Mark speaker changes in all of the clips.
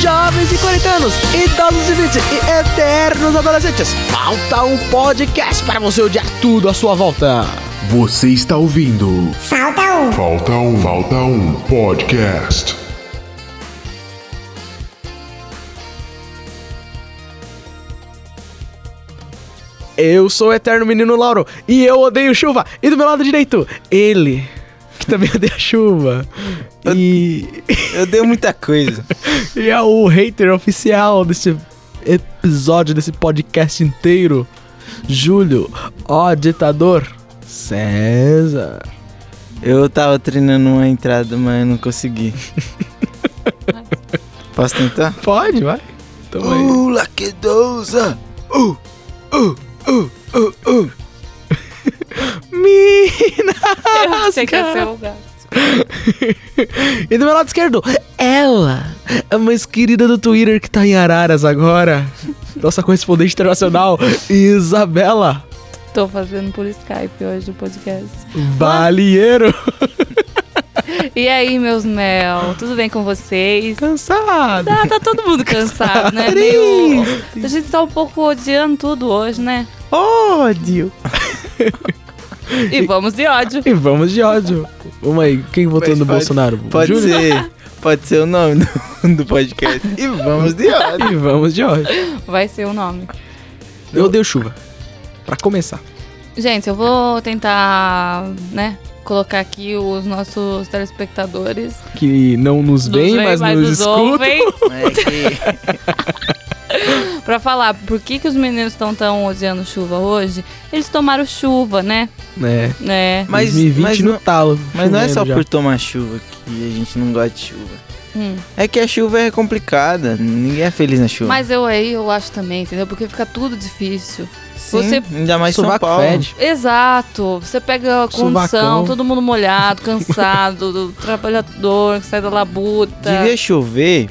Speaker 1: jovens e 40 anos, idosos de 20 e eternos adolescentes. Falta um podcast para você odiar tudo à sua volta.
Speaker 2: Você está ouvindo.
Speaker 3: Falta um.
Speaker 4: Falta um, falta um podcast.
Speaker 1: Eu sou o eterno menino Lauro e eu odeio chuva. E do meu lado direito, ele, que também odeia chuva. E,
Speaker 5: Eu dei muita coisa.
Speaker 1: e é o hater oficial desse episódio, desse podcast inteiro. Júlio, ó ditador, César.
Speaker 5: Eu tava treinando uma entrada, mas eu não consegui. Posso tentar?
Speaker 1: Pode, vai. Tamo aí.
Speaker 5: laquedosa!
Speaker 1: Minas!
Speaker 6: Você quer ser
Speaker 1: cara.
Speaker 6: o gato.
Speaker 1: E do meu lado esquerdo, ela, a mais querida do Twitter que tá em Araras agora, nossa correspondente internacional, Isabela
Speaker 6: Tô fazendo por Skype hoje o podcast.
Speaker 1: Balieiro.
Speaker 6: E aí, meus mel, tudo bem com vocês?
Speaker 1: Cansado.
Speaker 6: Ah, tá todo mundo cansado, né? Meio... A gente tá um pouco odiando tudo hoje, né?
Speaker 1: Ódio.
Speaker 6: E vamos de ódio.
Speaker 1: E vamos de ódio. Vamos aí, quem votou
Speaker 5: Mas
Speaker 1: no
Speaker 5: pode-
Speaker 1: Bolsonaro?
Speaker 5: Pode
Speaker 1: Júlio?
Speaker 5: ser. Pode ser o nome do, do podcast. E vamos de ódio.
Speaker 1: E vamos de ódio.
Speaker 6: Vai ser o nome.
Speaker 1: Eu odeio chuva. Pra começar.
Speaker 6: Gente, eu vou tentar, né, colocar aqui os nossos telespectadores.
Speaker 1: Que não nos
Speaker 6: Nos
Speaker 1: veem,
Speaker 6: veem,
Speaker 1: mas, nos escutam.
Speaker 6: ouvem.
Speaker 5: É que-
Speaker 6: Pra falar por que, que os meninos estão tão odiando chuva hoje, eles tomaram chuva, né?
Speaker 1: É.
Speaker 6: Né?
Speaker 5: Mas,
Speaker 1: 2020
Speaker 5: mas,
Speaker 1: no
Speaker 5: não,
Speaker 1: talo.
Speaker 5: mas não é só
Speaker 1: chovendo já.
Speaker 5: por tomar chuva que a gente não gosta de chuva.
Speaker 6: Hum.
Speaker 5: É que a chuva é complicada. Ninguém é feliz na chuva.
Speaker 6: Mas eu aí eu acho também, entendeu? Porque fica tudo difícil. você-
Speaker 5: ainda mais São
Speaker 1: Sovaco
Speaker 5: Paulo.
Speaker 1: fede.
Speaker 6: Exato. Você pega a condição,
Speaker 1: Sovacão.
Speaker 6: todo mundo molhado, cansado, do trabalhador que sai da labuta.
Speaker 5: Devia chover,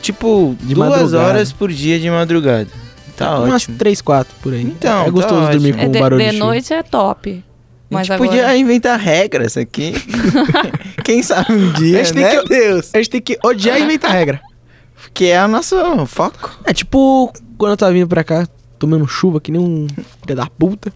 Speaker 5: tipo,
Speaker 1: De
Speaker 5: duas
Speaker 1: madrugada.
Speaker 5: horas por dia de madrugada. Tá
Speaker 1: Umas
Speaker 5: ótimo.
Speaker 1: três, quatro por aí.
Speaker 5: Então,
Speaker 1: é gostoso
Speaker 5: tá
Speaker 1: dormir
Speaker 5: ótimo.
Speaker 1: com
Speaker 6: É,
Speaker 1: o
Speaker 6: de,
Speaker 1: barulho
Speaker 6: de
Speaker 1: de chuva.
Speaker 6: noite é top.
Speaker 5: a
Speaker 6: Mas
Speaker 5: gente
Speaker 6: agora...
Speaker 5: podia inventar regras aqui. Quem sabe um dia,
Speaker 1: A gente tem
Speaker 5: né?
Speaker 1: que-
Speaker 5: Deus.
Speaker 1: A gente tem que odiar e inventar regra.
Speaker 5: Que é o nosso foco.
Speaker 1: É tipo, quando eu tava vindo pra cá, tomando chuva que nem um filho da puta.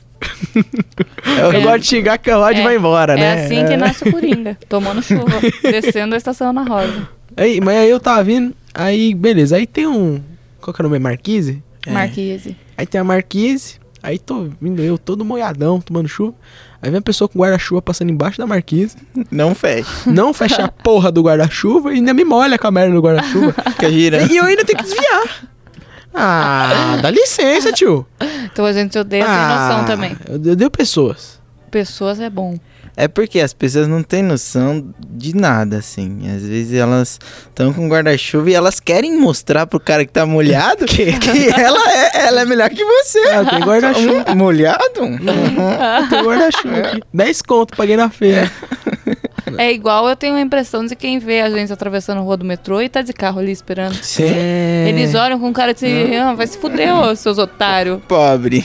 Speaker 5: É o
Speaker 1: Eu gosto de xingar que a e
Speaker 6: É.
Speaker 1: vai embora,
Speaker 6: É
Speaker 1: né?
Speaker 6: assim que nasce o Coringa, tomando chuva, descendo a estação na rosa.
Speaker 1: Aí, mas aí eu tava vindo, aí beleza, aí tem um. Qual que é o nome? Marquise?
Speaker 6: Marquise.
Speaker 1: Aí tem a Marquise, aí tô vindo eu todo molhadão, tomando chuva. Aí vem a pessoa com guarda-chuva passando embaixo da Marquise,
Speaker 5: Não fecha.
Speaker 1: não fecha a porra do guarda-chuva e ainda me molha com a merda do guarda-chuva.
Speaker 5: Fica girando.
Speaker 1: e eu ainda tenho que desviar. Ah, dá licença, tio.
Speaker 6: Então a gente odeia
Speaker 1: Ah,
Speaker 6: sem noção também.
Speaker 1: Eu odeio pessoas.
Speaker 6: Pessoas é bom.
Speaker 5: É porque as pessoas não têm noção de nada, assim. Às vezes elas estão com guarda-chuva e elas querem mostrar pro cara que tá molhado que, ela, é, ela é melhor que você.
Speaker 1: Ah, tem guarda-chuva.
Speaker 5: Um molhado? Uhum.
Speaker 1: tem um guarda-chuva aqui. 10 conto, paguei na feira.
Speaker 6: É igual eu tenho a impressão de quem vê a gente atravessando a rua do metrô e tá de carro ali esperando.
Speaker 5: Sim.
Speaker 1: É.
Speaker 6: Eles olham com cara de ah, vai se fuder, ô, seus otários.
Speaker 5: Pobre.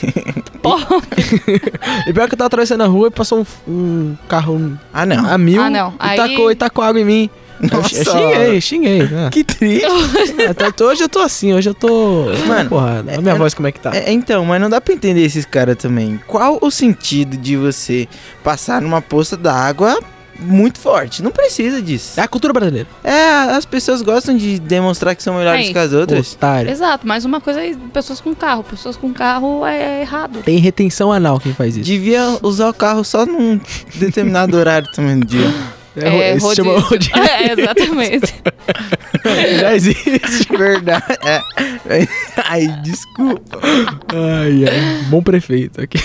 Speaker 1: E pior que eu tava atravessando a rua e passou um, um carro um-
Speaker 5: Ah, não.
Speaker 1: a mil.
Speaker 6: Ah, não.
Speaker 1: E,
Speaker 6: Aí-
Speaker 1: tacou, e tacou água em mim. Eu,
Speaker 5: Nossa.
Speaker 1: eu xinguei, xinguei. Ah, né?
Speaker 5: Que triste.
Speaker 1: Até tô- hoje eu tô assim, hoje eu tô.
Speaker 5: Mano,
Speaker 1: Porrada. Olha
Speaker 5: é-
Speaker 1: minha
Speaker 5: é-
Speaker 1: voz como é que tá.
Speaker 5: É, então, mas não dá pra entender esses caras também. Qual o sentido de você passar numa poça d'água muito forte? Não precisa disso.
Speaker 1: É a cultura brasileira.
Speaker 5: É, as pessoas gostam de demonstrar que são melhores
Speaker 6: Aí.
Speaker 5: que as outras.
Speaker 1: Otário.
Speaker 6: Exato, mas uma coisa é pessoas com carro. Pessoas com carro é errado.
Speaker 1: Tem retenção anal quem faz isso.
Speaker 5: Devia usar o carro só num determinado horário também do dia.
Speaker 1: ro-
Speaker 6: É,
Speaker 1: esse se chama
Speaker 6: rodízio. É, exatamente. É.
Speaker 1: rodízio. Já existe.
Speaker 5: Verdade. É. Ai, desculpa.
Speaker 1: Ai, ai. Bom prefeito aqui.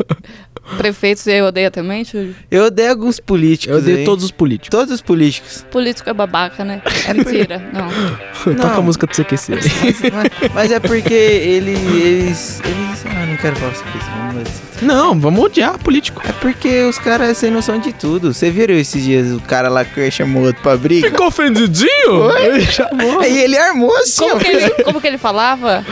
Speaker 6: É. Prefeito, você odeia também, Júlio?
Speaker 5: Eu odeio alguns políticos.
Speaker 1: Eu odeio
Speaker 5: hein?
Speaker 1: todos os políticos.
Speaker 5: Todos os políticos.
Speaker 6: Político é babaca, né? Mentira, não.
Speaker 1: Toca a
Speaker 5: Não.
Speaker 1: música pra você aquecer.
Speaker 5: Mas, mas- mas é porque ele, eles. Eles. Ah, não quero falar sobre isso. Vamos lá.
Speaker 1: Não, vamos odiar político.
Speaker 5: É porque os caras sem noção de tudo. Você viram esses dias o cara lá que chamou outro pra briga?
Speaker 1: Ficou ofendidinho? Ele chamou.
Speaker 5: Aí ele armou assim,
Speaker 6: Como
Speaker 5: ó.
Speaker 6: que ele, como que ele falava?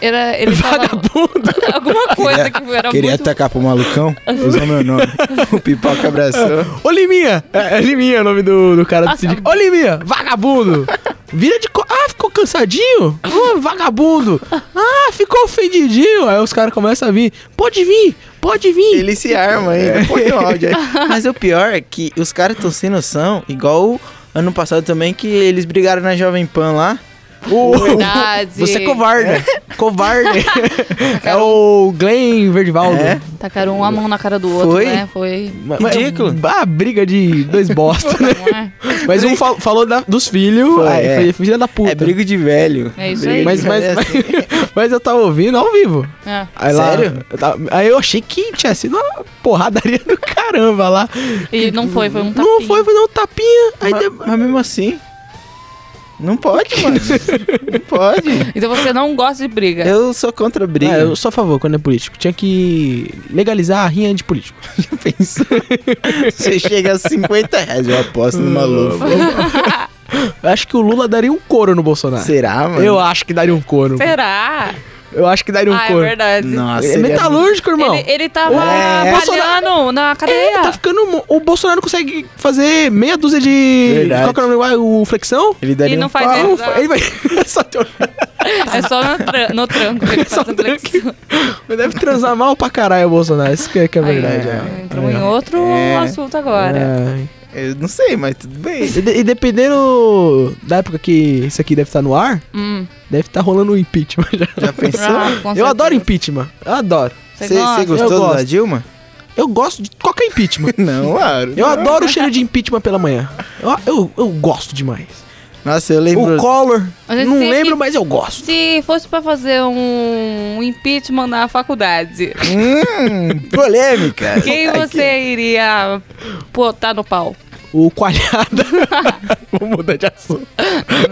Speaker 6: Era, ele falava
Speaker 1: Vagabundo.
Speaker 6: alguma coisa que era muito... Uhum.
Speaker 5: atacar pro malucão? Usou meu nome. o pipoca abraçou.
Speaker 1: Ô Liminha! É, é Liminha o nome do, do cara do
Speaker 6: Nossa,
Speaker 1: sindicato. Ô Liminha! Vagabundo! Vira de. co- Ah, ficou cansadinho? Ah, vagabundo! Ah, ficou ofendidinho! Aí os caras começam a vir. Pode vir! Pode vir!
Speaker 5: Ele se arma ainda, põe o áudio aí. Mas o pior é que os caras estão sem noção, igual ano passado também, que eles brigaram na Jovem Pan lá.
Speaker 6: Verdade.
Speaker 1: um- Você é covarde! Covarde! é o Glenn Verdivaldo.
Speaker 5: É?
Speaker 6: Tacaram uma mão na cara do outro,
Speaker 5: Foi?
Speaker 6: né? Foi.
Speaker 1: Mas- mas-
Speaker 5: Ridículo.
Speaker 1: Ah, briga de dois bosta, né?
Speaker 6: Não é?
Speaker 1: Mas um fal- falou da- dos filhos,
Speaker 5: Foi,
Speaker 1: aí
Speaker 5: é.
Speaker 1: foi filha da puta.
Speaker 5: É briga de velho.
Speaker 6: É isso
Speaker 5: Briga
Speaker 6: aí.
Speaker 5: de assim.
Speaker 1: mas, mas,
Speaker 5: velho.
Speaker 1: mas, mas eu tava ouvindo ao vivo.
Speaker 6: É.
Speaker 1: Aí lá-
Speaker 5: Sério?
Speaker 1: eu tava- aí eu achei que tinha sido uma porradaria do caramba lá.
Speaker 6: E não foi, foi um tapinha.
Speaker 1: Não foi, foi dar um tapinha. Aí
Speaker 5: Ma-
Speaker 1: de-
Speaker 5: mas, mesmo assim. Não pode, mano. não pode.
Speaker 6: Então você não gosta de briga.
Speaker 5: Eu sou contra a briga.
Speaker 1: Ah, eu sou a favor quando é político. Tinha que legalizar a rinha de político.
Speaker 5: penso. Você chega a 50 reais, eu aposto numa luva.
Speaker 1: Eu acho que o Lula daria um couro no Bolsonaro.
Speaker 5: Será, é, mano?
Speaker 1: Eu acho que daria um couro.
Speaker 6: Será?
Speaker 1: Eu acho que daria um
Speaker 6: é- ah, é
Speaker 1: couro.
Speaker 6: verdade.
Speaker 5: Nossa,
Speaker 1: Ele é
Speaker 5: seria-
Speaker 1: metalúrgico, irmão.
Speaker 6: Ele, ele tava
Speaker 1: É.
Speaker 6: palhando na
Speaker 1: É,
Speaker 6: cadeia.
Speaker 1: tá ficando. mo- O Bolsonaro consegue fazer meia dúzia de.
Speaker 5: Verdade.
Speaker 1: Qual que é o nome? lá? O flexão?
Speaker 5: Ele daria
Speaker 6: Ele não
Speaker 5: um
Speaker 6: faz
Speaker 5: pau.
Speaker 6: nada.
Speaker 1: Ah,
Speaker 6: Exato.
Speaker 1: ufa, ele vai. Só tem um-
Speaker 6: É só no, tran- no tranco que ele
Speaker 1: Só
Speaker 6: faz a flexão.
Speaker 1: Ele deve transar mal pra caralho, o Bolsonaro. Isso que é, que é
Speaker 6: Aí,
Speaker 1: verdade.
Speaker 6: é,
Speaker 1: é.
Speaker 6: entramos em outro assunto agora.
Speaker 1: É.
Speaker 5: Eu não sei, mas tudo bem.
Speaker 1: E, de- e dependendo da época que isso aqui deve estar no ar,
Speaker 6: Hum.
Speaker 1: deve estar rolando um impeachment. já.
Speaker 5: Já pensou?
Speaker 6: Ah, com
Speaker 1: Eu
Speaker 6: certeza.
Speaker 1: adoro impeachment. Eu adoro.
Speaker 6: Você
Speaker 5: Você
Speaker 6: gosta?
Speaker 5: você
Speaker 1: Eu
Speaker 5: gostou da
Speaker 1: gosto.
Speaker 5: Dilma?
Speaker 1: Eu gosto de qualquer impeachment.
Speaker 5: Não, claro.
Speaker 1: Eu adoro o cheiro de impeachment pela manhã. Eu, eu, eu gosto demais.
Speaker 5: Nossa, eu lembro.
Speaker 1: O Collor,
Speaker 6: Mas
Speaker 1: não
Speaker 6: esse
Speaker 1: lembro,
Speaker 6: aqui-
Speaker 1: mas eu gosto.
Speaker 6: Se fosse pra fazer um impeachment na faculdade,
Speaker 5: Hum, polêmica.
Speaker 6: quem
Speaker 5: Aqui.
Speaker 6: você iria botar no pau?
Speaker 1: O Coalhada. Vou mudar de assunto.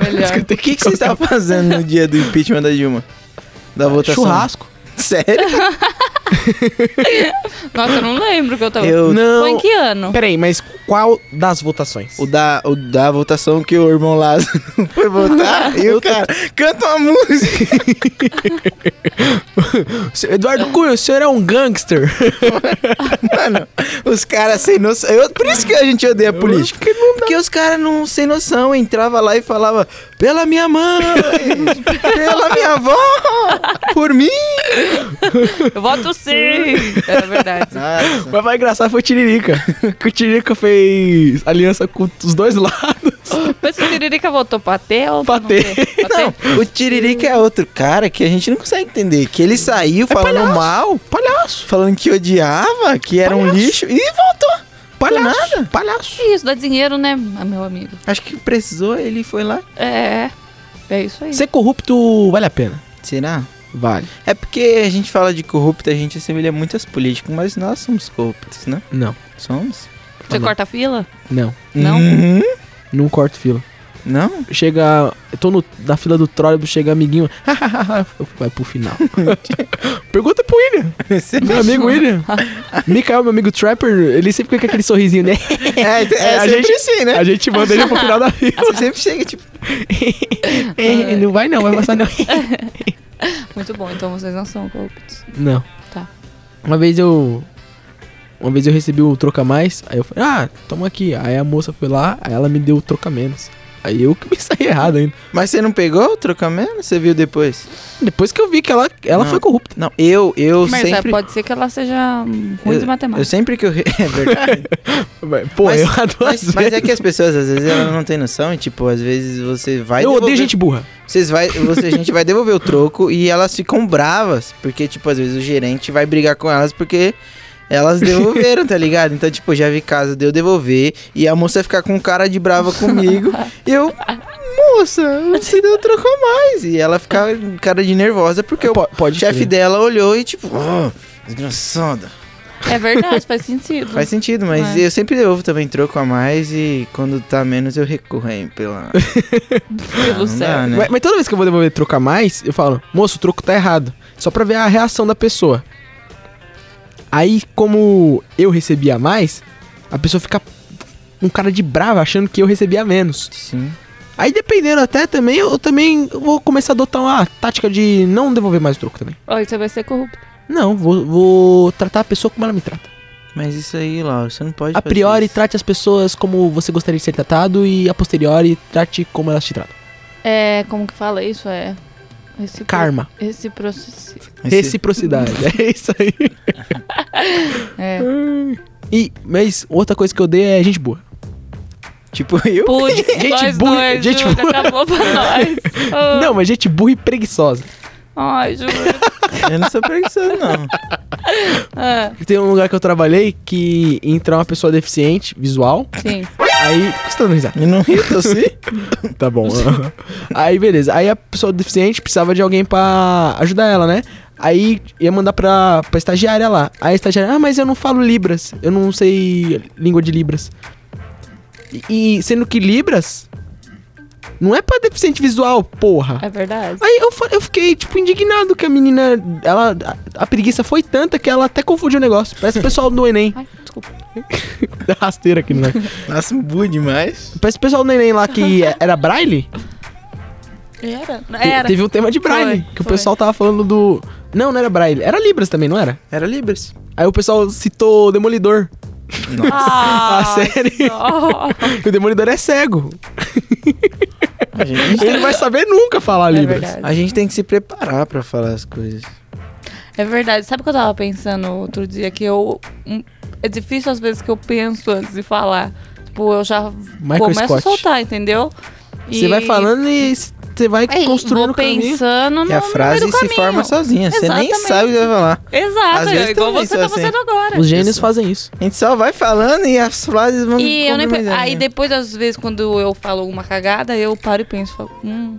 Speaker 6: Melhor.
Speaker 1: Porque tem
Speaker 5: O que, que você estava fazendo no dia do impeachment da Dilma? Da votação?
Speaker 1: Churrasco.
Speaker 5: Sério?
Speaker 6: Nossa, eu não lembro que eu tava.
Speaker 5: Eu-
Speaker 1: Não.
Speaker 6: Foi em que ano?
Speaker 1: Peraí, mas qual das votações?
Speaker 5: O da, o da votação que o irmão Lázaro foi votar e o cara canta uma música.
Speaker 1: Seu Eduardo Cunha, o senhor é um gangster.
Speaker 5: Mano, os caras sem noção. Eu, por isso que a gente odeia a política.
Speaker 1: Porque não
Speaker 5: Porque os caras não sem noção entrava lá e falava pela minha mãe, pela minha avó, por mim.
Speaker 6: Eu voto sim! Era verdade.
Speaker 5: Nossa.
Speaker 1: Mas mais engraçado foi o Tiririca. que o Tiririca fez aliança com os dois lados.
Speaker 6: Mas o Tiririca votou Patê ou
Speaker 1: Patê.
Speaker 6: não sei? Patê?
Speaker 5: Não, o Tiririca é outro cara que a gente não consegue entender. Que ele saiu falando mal,
Speaker 1: É Palhaço.
Speaker 5: falando que odiava, que era um lixo e voltou.
Speaker 1: Palhaço.
Speaker 5: nada.
Speaker 1: Palhaço.
Speaker 6: Que isso, dá dinheiro, né, meu amigo?
Speaker 5: Acho que precisou, ele foi lá.
Speaker 6: É. É isso aí.
Speaker 1: Ser corrupto vale a pena.
Speaker 5: Será?
Speaker 1: Vale.
Speaker 5: É porque a gente fala de corrupto, a gente assemelha muito aos políticos, mas nós somos corruptos, né?
Speaker 1: Não,
Speaker 5: Somos?
Speaker 6: Você corta a fila?
Speaker 1: não.
Speaker 6: Não?
Speaker 5: Uhum.
Speaker 1: Não corto fila.
Speaker 5: Não?
Speaker 1: Chega. Eu tô no- na fila do trólebus, chega amiguinho. Vai pro final. Pergunta pro William.
Speaker 5: É,
Speaker 1: Meu amigo William. Mikael, meu amigo Trapper, ele sempre fica com aquele sorrisinho, né?
Speaker 5: É, é,
Speaker 1: a
Speaker 5: sempre
Speaker 1: gente-
Speaker 5: assim, né?
Speaker 1: A gente manda ele pro final da fila.
Speaker 5: Você sempre chega, tipo,
Speaker 1: É, não vai não, vai passar não.
Speaker 6: Muito bom, então vocês não são corruptos.
Speaker 1: Não.
Speaker 6: Tá.
Speaker 1: Uma vez eu. Uma vez eu recebi o troca mais, aí eu falei, ah, toma aqui. Aí a moça foi lá, aí ela me deu o troca menos. Aí eu que me saí errado ainda.
Speaker 5: mas você não pegou o trocamento? Você viu depois?
Speaker 1: Depois que eu vi que ela, ela
Speaker 5: Não.
Speaker 1: foi corrupta.
Speaker 5: Não, eu, eu
Speaker 6: Mas é,
Speaker 5: sempre...
Speaker 6: pode ser que ela seja hum, ruim
Speaker 5: eu,
Speaker 6: de
Speaker 5: eu
Speaker 6: matemática.
Speaker 5: sempre que eu... re- É verdade.
Speaker 1: Mas, Pô,
Speaker 5: Mas-
Speaker 1: eu adoro
Speaker 5: mas, mas é que as pessoas, às vezes, elas não têm noção e, tipo, às vezes você vai
Speaker 1: é Eu odeio
Speaker 5: devolver-
Speaker 1: gente burra.
Speaker 5: Vocês vai, você, a gente vai devolver o troco e elas ficam bravas, porque, tipo, às vezes o gerente vai brigar com elas porque elas devolveram, tá ligado? Então, tipo, já vi caso de eu devolver e a moça ficar com cara de brava comigo e eu, moça, você deu troco a mais. E ela ficar com cara de nervosa porque
Speaker 1: Po-
Speaker 5: o
Speaker 1: pode
Speaker 5: chefe
Speaker 1: crer.
Speaker 5: dela olhou e, tipo, "Ah, desgraçada.
Speaker 6: É verdade, faz sentido.
Speaker 5: Faz sentido, mas
Speaker 6: É.
Speaker 5: eu sempre devolvo também troco a mais e quando tá menos eu recorro aí pela.
Speaker 6: pelo
Speaker 5: não
Speaker 6: céu.
Speaker 5: dá, né?
Speaker 1: Mas, mas toda vez que eu vou devolver troca mais, eu falo, moço, o troco tá errado. Só pra ver a reação da pessoa. Aí, como eu recebia mais, a pessoa fica um cara de brava achando que eu recebia menos.
Speaker 5: Sim.
Speaker 1: Aí, dependendo até também, eu também vou começar a adotar uma tática de não devolver mais o troco
Speaker 5: né?
Speaker 1: também.
Speaker 6: Olha, você vai ser corrupto.
Speaker 1: Não, vou, vou tratar a pessoa como ela me trata.
Speaker 5: Mas isso aí, Laura, você não pode.
Speaker 1: A
Speaker 5: fazer
Speaker 1: priori,
Speaker 5: isso.
Speaker 1: trate as pessoas como você gostaria de ser tratado e a posteriori, trate como elas te tratam.
Speaker 6: É, como que fala isso? É. Esse
Speaker 1: Karma.
Speaker 6: Esse processo.
Speaker 1: Reciprocidade. é isso aí.
Speaker 6: É.
Speaker 1: E, mas outra coisa que eu dei é gente boa.
Speaker 5: Tipo, eu.
Speaker 6: Putz,
Speaker 1: Gente
Speaker 6: nós
Speaker 1: burra,
Speaker 6: dois,
Speaker 1: gente
Speaker 6: Júlia,
Speaker 1: burra.
Speaker 6: acabou pra nós. Oh.
Speaker 1: Não, mas gente burra e preguiçosa.
Speaker 6: Ai, Júlia.
Speaker 5: Eu não sou preguiçoso, não.
Speaker 6: Ah,
Speaker 1: Tem um lugar que eu trabalhei que entra uma pessoa deficiente visual.
Speaker 6: sim.
Speaker 1: Aí. Por que você tá dando risada?
Speaker 5: E não rio, tossi?
Speaker 1: Tá bom. aí, beleza. Aí a pessoa deficiente precisava de alguém pra ajudar ela, né? Aí ia mandar pra, pra estagiária lá. Aí a estagiária, ah, mas eu não falo Libras. Eu não sei língua de Libras. E, e sendo que Libras não é pra deficiente visual, porra.
Speaker 6: É verdade.
Speaker 1: Aí eu, fa- eu fiquei, tipo, indignado que a menina. Ela, a, a preguiça foi tanta que ela até confundiu o negócio. Parece o pessoal do Enem.
Speaker 6: Ai, desculpa.
Speaker 1: Dá rasteira aqui, né?
Speaker 5: Nossa, um burro demais.
Speaker 1: Parece o pessoal do Enem lá que é- era Braille.
Speaker 6: Era? Não,
Speaker 1: Te-
Speaker 6: Era.
Speaker 1: Teve um tema de Braille,
Speaker 6: Foi,
Speaker 1: que o
Speaker 6: foi.
Speaker 1: pessoal tava falando do. Não, não era Braille, era Libras também, não era?
Speaker 5: Era Libras.
Speaker 1: Aí o pessoal citou o Demolidor.
Speaker 6: Ah,
Speaker 1: Ah, sério?
Speaker 6: que dó.
Speaker 1: E o Demolidor é cego.
Speaker 5: A gente,
Speaker 1: Ele não vai saber nunca falar
Speaker 6: É
Speaker 1: Libras.
Speaker 6: verdade.
Speaker 5: a gente tem que se preparar pra falar as coisas.
Speaker 6: É verdade. Sabe o que eu tava pensando outro dia? Que eu. um, É difícil às vezes que eu penso antes de falar. Tipo, eu já
Speaker 1: Michael
Speaker 6: começo a
Speaker 1: Scott.
Speaker 6: soltar, entendeu?
Speaker 1: Você
Speaker 6: E-
Speaker 1: vai falando e você vai
Speaker 6: Ei,
Speaker 1: construindo
Speaker 6: vou
Speaker 1: o caminho.
Speaker 6: pensando no
Speaker 5: E a frase
Speaker 6: meio do
Speaker 5: se
Speaker 6: caminho.
Speaker 5: forma sozinha. Você nem
Speaker 6: Exatamente.
Speaker 5: sabe o que vai falar. Às
Speaker 6: Exato,
Speaker 5: vezes
Speaker 6: é igual
Speaker 5: também
Speaker 6: você
Speaker 5: sou
Speaker 6: tá
Speaker 5: assim.
Speaker 6: fazendo agora.
Speaker 1: Os gênios
Speaker 5: Isso.
Speaker 1: fazem isso.
Speaker 5: A gente só vai falando e as frases vão
Speaker 6: E eu nem pe-
Speaker 1: né?
Speaker 5: complementando.
Speaker 6: Aí depois, às vezes, quando eu falo uma cagada, eu paro e penso, falo, hum,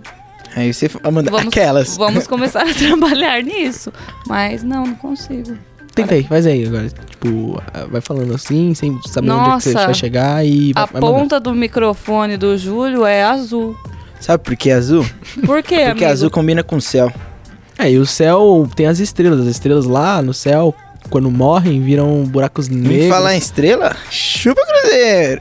Speaker 5: Aí você manda
Speaker 6: Vamos-
Speaker 5: aquelas.
Speaker 6: vamos começar a trabalhar nisso. Mas não, não consigo.
Speaker 1: Tenta aí, faz aí agora. Tipo, ah, vai falando assim, sem saber onde é que você
Speaker 6: Nossa.
Speaker 1: vai chegar e vai,
Speaker 6: A
Speaker 1: vai mandando.
Speaker 6: ponta do microfone do Júlio é azul.
Speaker 5: Sabe por que azul?
Speaker 6: Por quê,
Speaker 5: Porque
Speaker 6: é amigo?
Speaker 5: azul combina com céu.
Speaker 1: É, e o céu tem as estrelas. As estrelas lá no céu, quando morrem, viram buracos negros.
Speaker 5: Me falar em estrela? Chupa Cruzeiro!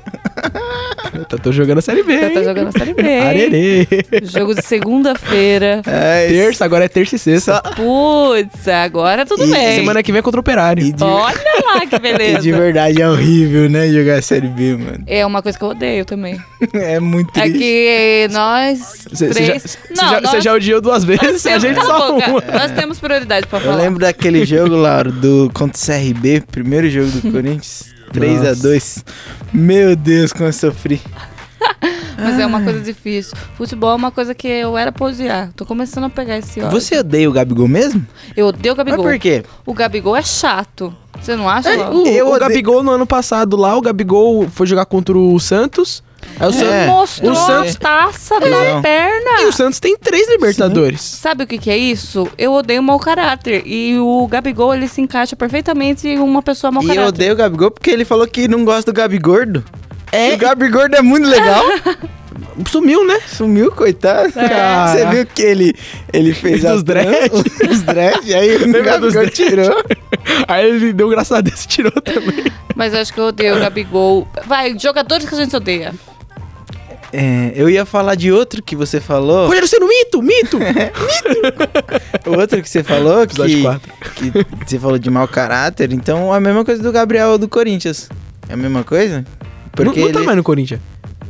Speaker 1: Tá, tô jogando a série B.
Speaker 6: Você tá
Speaker 1: hein?
Speaker 6: jogando a série B. hein?
Speaker 1: Arerê.
Speaker 6: Jogo de segunda-feira.
Speaker 5: É,
Speaker 1: Terça, agora é terça e sexta.
Speaker 6: Putz, agora tudo
Speaker 5: E
Speaker 6: bem.
Speaker 1: Semana que vem é contra o Operário.
Speaker 5: E de,
Speaker 6: Olha lá que
Speaker 5: e de
Speaker 6: beleza.
Speaker 5: verdade é horrível, né? Jogar Série B, mano.
Speaker 6: É uma coisa que eu odeio também.
Speaker 5: É muito
Speaker 6: É
Speaker 5: triste.
Speaker 6: que nós
Speaker 1: Você já,
Speaker 6: três...
Speaker 1: cê
Speaker 6: não,
Speaker 1: já,
Speaker 6: nós...
Speaker 1: cê já odiou duas vezes, a
Speaker 6: temos-
Speaker 1: gente
Speaker 6: Cala
Speaker 1: só
Speaker 6: a boca.
Speaker 1: uma.
Speaker 6: Nós temos prioridade pra
Speaker 5: Eu
Speaker 6: falar.
Speaker 5: lembro daquele jogo, Lauro, do contra o CRB, primeiro jogo do Corinthians, 3x2. Meu Deus, como eu sofri.
Speaker 6: Mas é uma coisa difícil. Futebol é uma coisa que eu era posear. Tô começando a pegar esse ódio.
Speaker 5: Você odeia o Gabigol mesmo?
Speaker 6: Eu odeio o
Speaker 5: Mas
Speaker 6: Gabigol.
Speaker 5: por quê?
Speaker 6: O Gabigol é chato. Você não acha,
Speaker 1: É,
Speaker 6: Laura?
Speaker 1: o,
Speaker 5: Eu
Speaker 1: o
Speaker 5: odeio-
Speaker 1: Gabigol no ano passado lá, o Gabigol foi jogar contra o Santos. Aí o,
Speaker 5: É.
Speaker 1: Santos
Speaker 6: Mostrou
Speaker 1: o Santos- É.
Speaker 6: a taça
Speaker 5: Não.
Speaker 6: na perna.
Speaker 1: e o Santos tem três Libertadores.
Speaker 6: Sabe o que, que é isso? Eu odeio mau caráter. E o Gabigol, ele se encaixa perfeitamente em uma pessoa mau
Speaker 5: e eu
Speaker 6: caráter.
Speaker 5: odeio o Gabigol porque ele falou que não gosta do Gabigordo. É. O Gabigordo é muito legal.
Speaker 1: Sumiu, né?
Speaker 5: Sumiu, coitado.
Speaker 1: Cara.
Speaker 5: Você viu que ele, ele fez
Speaker 1: Dos
Speaker 5: as
Speaker 1: dread?
Speaker 5: tran- Os dread, aí o
Speaker 1: Lembra dos
Speaker 5: Gabigol
Speaker 1: dread?
Speaker 5: tirou.
Speaker 1: Aí ele deu graças a Deus e tirou também.
Speaker 6: Mas eu acho que eu odeio o Gabigol. Vai, jogadores que a gente odeia.
Speaker 5: É, eu ia falar de outro que você falou.
Speaker 1: Rogério sendo mito, mito.
Speaker 5: O outro que você falou que,
Speaker 1: Episódio 4.
Speaker 5: que você falou de mau caráter. Então é a mesma coisa do Gabriel do Corinthians. É a mesma coisa?
Speaker 1: Não,
Speaker 5: Porque
Speaker 1: não tá
Speaker 5: ele-
Speaker 1: mais no Corinthians.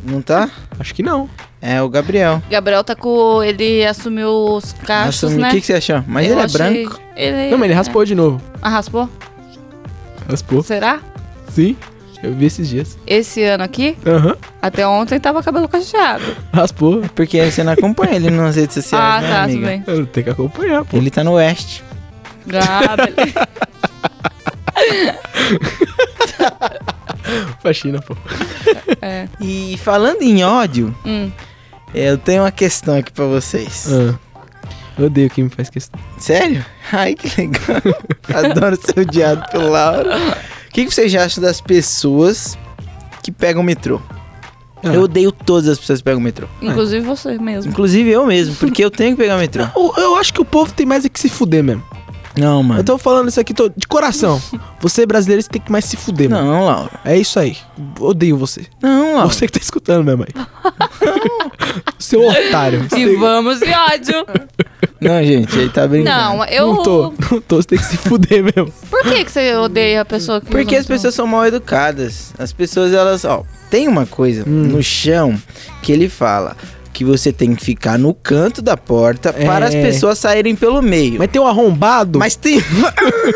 Speaker 5: não tá?
Speaker 1: Acho que não.
Speaker 5: É o Gabriel.
Speaker 6: Gabriel tá com... Ele assumiu os cachos,
Speaker 5: Assume-
Speaker 6: né?
Speaker 5: O que, que você achou? Mas
Speaker 6: Eu
Speaker 5: ele é
Speaker 6: achei-
Speaker 5: branco.
Speaker 6: Ele...
Speaker 1: Não, mas ele raspou de novo.
Speaker 6: Ah, raspou?
Speaker 1: Raspou.
Speaker 6: Será?
Speaker 1: Sim. Eu vi esses dias.
Speaker 6: Esse ano aqui,
Speaker 1: Aham.
Speaker 6: até ontem, tava cabelo cacheado.
Speaker 1: Raspou.
Speaker 5: Porque você não acompanha ele nas redes sociais,
Speaker 6: ah,
Speaker 5: né,
Speaker 6: tá,
Speaker 5: amiga?
Speaker 6: tudo bem.
Speaker 1: Eu tenho que acompanhar, pô.
Speaker 5: Ele tá no Oeste.
Speaker 6: Ah, beleza.
Speaker 1: Faxina, pô.
Speaker 6: É.
Speaker 5: E falando em ódio,
Speaker 6: Hum.
Speaker 5: eu tenho uma questão aqui pra vocês.
Speaker 1: Ah. Eu odeio quem me faz questão.
Speaker 5: Sério? Ai, que legal. Adoro ser odiado pelo Laura. O que, que vocês acham das pessoas que pegam o metrô?
Speaker 1: Ah.
Speaker 5: Eu odeio todas as pessoas que pegam o metrô.
Speaker 6: Inclusive você mesmo.
Speaker 5: Inclusive eu mesmo, porque eu tenho que pegar o metrô.
Speaker 1: Eu, eu acho que o povo tem mais é que se fuder mesmo.
Speaker 5: Não, mano.
Speaker 1: Eu tô falando isso aqui tô- de coração. Você brasileiro, você tem que mais se fuder, mano.
Speaker 5: Não, Laura.
Speaker 1: É isso aí. Odeio você.
Speaker 5: Não, Laura.
Speaker 1: Você que tá escutando, minha mãe. Seu otário. Você
Speaker 6: E
Speaker 1: tem-
Speaker 6: vamos de ódio.
Speaker 5: Não, gente, ele tá brincando.
Speaker 6: Não, eu.
Speaker 1: Não tô, não tô, você tem que se fuder mesmo.
Speaker 6: Por que, que você odeia a pessoa que. um
Speaker 5: Porque
Speaker 6: usa
Speaker 5: as
Speaker 6: muito?
Speaker 5: pessoas são mal Hum. educadas. As pessoas, elas, ó, tem uma coisa no chão que ele fala que você tem que ficar no canto da porta
Speaker 1: É.
Speaker 5: para as pessoas saírem pelo meio.
Speaker 1: Mas tem um arrombado.
Speaker 5: Mas tem.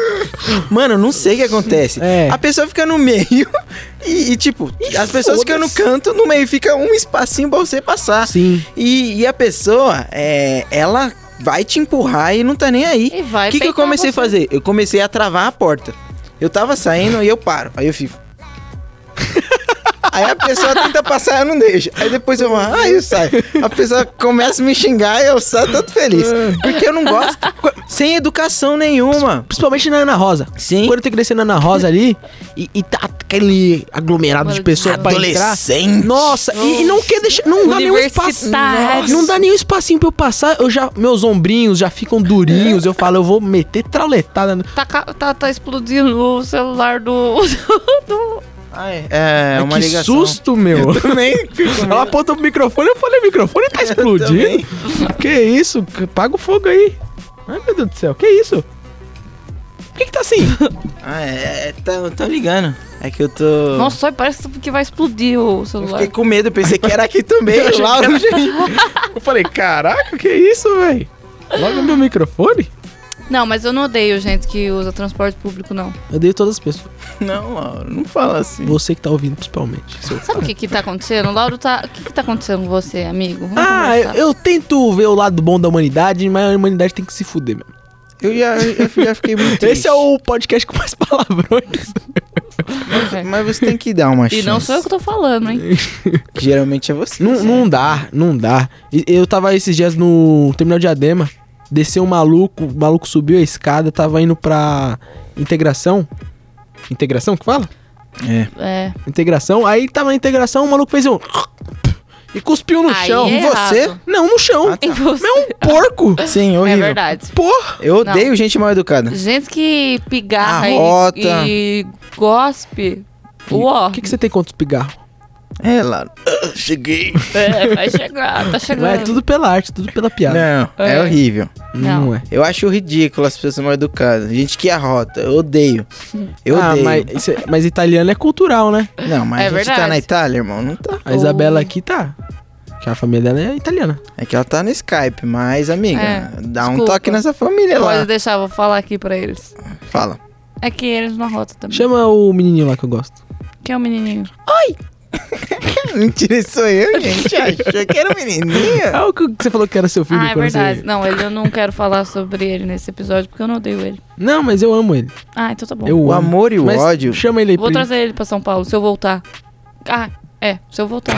Speaker 5: Mano, eu não sei o que acontece.
Speaker 1: É.
Speaker 5: A pessoa fica no meio e, e, tipo, as pessoas ficam no canto, no meio fica um espacinho pra você passar.
Speaker 1: Sim.
Speaker 5: E, e a pessoa, é, ela vai te empurrar e não tá nem aí.
Speaker 6: E vai
Speaker 5: O que, que eu
Speaker 6: peitar
Speaker 5: comecei a
Speaker 6: você.
Speaker 5: fazer? Eu comecei a travar a porta. Eu tava saindo e eu paro. Aí eu fico. Aí a pessoa tenta passar, eu não deixo. Aí depois eu, ah, eu saio. A pessoa começa a me xingar e eu saio todo feliz. Porque eu não gosto. Sem educação nenhuma.
Speaker 1: Principalmente na Ana Rosa.
Speaker 5: Sim.
Speaker 1: Quando tem que descer na Ana Rosa ali e, e tá aquele aglomerado de
Speaker 6: Mano,
Speaker 1: pessoas pra entrar.
Speaker 5: Adolescente.
Speaker 1: Nossa, e, e não quer deixar. Não dá nenhum espaço.
Speaker 6: Universitários.
Speaker 1: Não dá nenhum espacinho pra eu passar. Eu já, meus ombrinhos já ficam durinhos. Eu falo, eu vou meter trauletada. no-
Speaker 6: Tá, ca- tá, tá explodindo o celular do. do...
Speaker 5: Ai, é,
Speaker 1: Ai,
Speaker 5: uma
Speaker 1: que
Speaker 5: ligação.
Speaker 1: susto, meu.
Speaker 5: Também.
Speaker 1: Ela apontou pro microfone, eu falei, microfone tá explodindo.
Speaker 5: também.
Speaker 1: que isso? Paga o fogo aí. Ai, meu Deus do céu, que isso? Por que, que tá assim?
Speaker 5: Ah, é, é, tá, eu tô ligando. É que eu
Speaker 1: Ah.
Speaker 5: tô.
Speaker 6: Nossa, só parece que vai explodir o
Speaker 5: Eu
Speaker 6: celular.
Speaker 5: fiquei com medo, pensei que era aqui também.
Speaker 1: Eu achei
Speaker 5: lá
Speaker 1: que era-
Speaker 5: onde-
Speaker 1: eu falei, caraca, que isso, velho? Logo meu microfone?
Speaker 6: Não, mas eu não odeio gente que usa transporte público, não.
Speaker 1: Eu dei todas as pessoas.
Speaker 5: Não, Laura, não fala assim.
Speaker 1: Você que tá ouvindo, principalmente. seu-
Speaker 6: Sabe o que que tá acontecendo? Lauro, tá... o que que tá acontecendo com você, amigo? Vamos
Speaker 1: Ah, eu,
Speaker 6: conversar.
Speaker 1: eu tento ver o lado bom da humanidade, mas a humanidade tem que se fuder mesmo.
Speaker 5: Eu já, eu já fiquei muito
Speaker 1: Esse é o podcast com mais palavrões.
Speaker 6: É.
Speaker 5: Mas você tem que dar uma
Speaker 6: E
Speaker 5: chance.
Speaker 6: não sou eu que tô falando, hein?
Speaker 5: Geralmente é você.
Speaker 1: Não, não dá, não dá. E- Eu tava esses dias no terminal de Adema, desceu um maluco, o maluco subiu a escada, tava indo pra integração. Integração que fala?
Speaker 5: É.
Speaker 6: É.
Speaker 1: Integração. Aí tava na integração, o maluco fez um. E cuspiu no
Speaker 6: Aí
Speaker 1: chão.
Speaker 6: é
Speaker 5: você?
Speaker 6: errado.
Speaker 1: Não, no chão.
Speaker 5: Ah,
Speaker 6: E
Speaker 1: Mas
Speaker 6: você?
Speaker 1: é um porco.
Speaker 5: Sim,
Speaker 6: É
Speaker 5: horrível.
Speaker 6: verdade.
Speaker 1: Porra.
Speaker 5: eu odeio
Speaker 6: Não.
Speaker 5: gente mal educada.
Speaker 6: Gente que pigarra e-
Speaker 5: Arrota.
Speaker 6: e, gospe. Uó.
Speaker 1: O que, que você tem contra os pigarros?
Speaker 5: É, Laura. Ah, cheguei.
Speaker 6: É, vai chegar, tá chegando.
Speaker 1: É tudo pela arte, tudo pela piada.
Speaker 5: Não, é.
Speaker 6: É.
Speaker 5: horrível.
Speaker 6: Não.
Speaker 1: é.
Speaker 5: Eu acho ridículo as pessoas mal educadas. Gente que arrota. Eu odeio. Eu
Speaker 1: ah,
Speaker 5: odeio.
Speaker 1: mas, isso é- mas italiano é cultural, né?
Speaker 5: Não, mas
Speaker 6: É
Speaker 5: a gente tá
Speaker 6: verdade.
Speaker 5: na Itália, irmão. Não tá.
Speaker 1: A Isabela aqui tá. Que a família dela é italiana.
Speaker 5: É que ela tá no Skype, mas, amiga,
Speaker 6: É,
Speaker 5: dá um
Speaker 6: desculpa.
Speaker 5: toque nessa família
Speaker 6: Pode
Speaker 5: lá.
Speaker 6: deixar, vou falar aqui pra eles.
Speaker 5: Fala.
Speaker 6: É que eles não arrotam também.
Speaker 1: Chama o menininho lá que eu gosto.
Speaker 6: Quem é o menininho?
Speaker 5: Mentira, isso sou eu, gente. Achou que era um menininho.
Speaker 1: É o que você falou que era seu filho
Speaker 6: ah, é
Speaker 1: quando
Speaker 6: verdade.
Speaker 1: você...
Speaker 6: Não, ele, eu não quero falar sobre ele nesse episódio, porque eu não odeio ele.
Speaker 1: Não, mas eu amo ele.
Speaker 6: Ah, então tá bom.
Speaker 1: Eu
Speaker 5: O
Speaker 1: amo.
Speaker 5: amor e o
Speaker 1: Mas
Speaker 5: ódio.
Speaker 1: Chama ele aí.
Speaker 6: Vou
Speaker 1: pra ele.
Speaker 6: trazer ele pra São Paulo, se eu voltar. Ah, é, se eu voltar.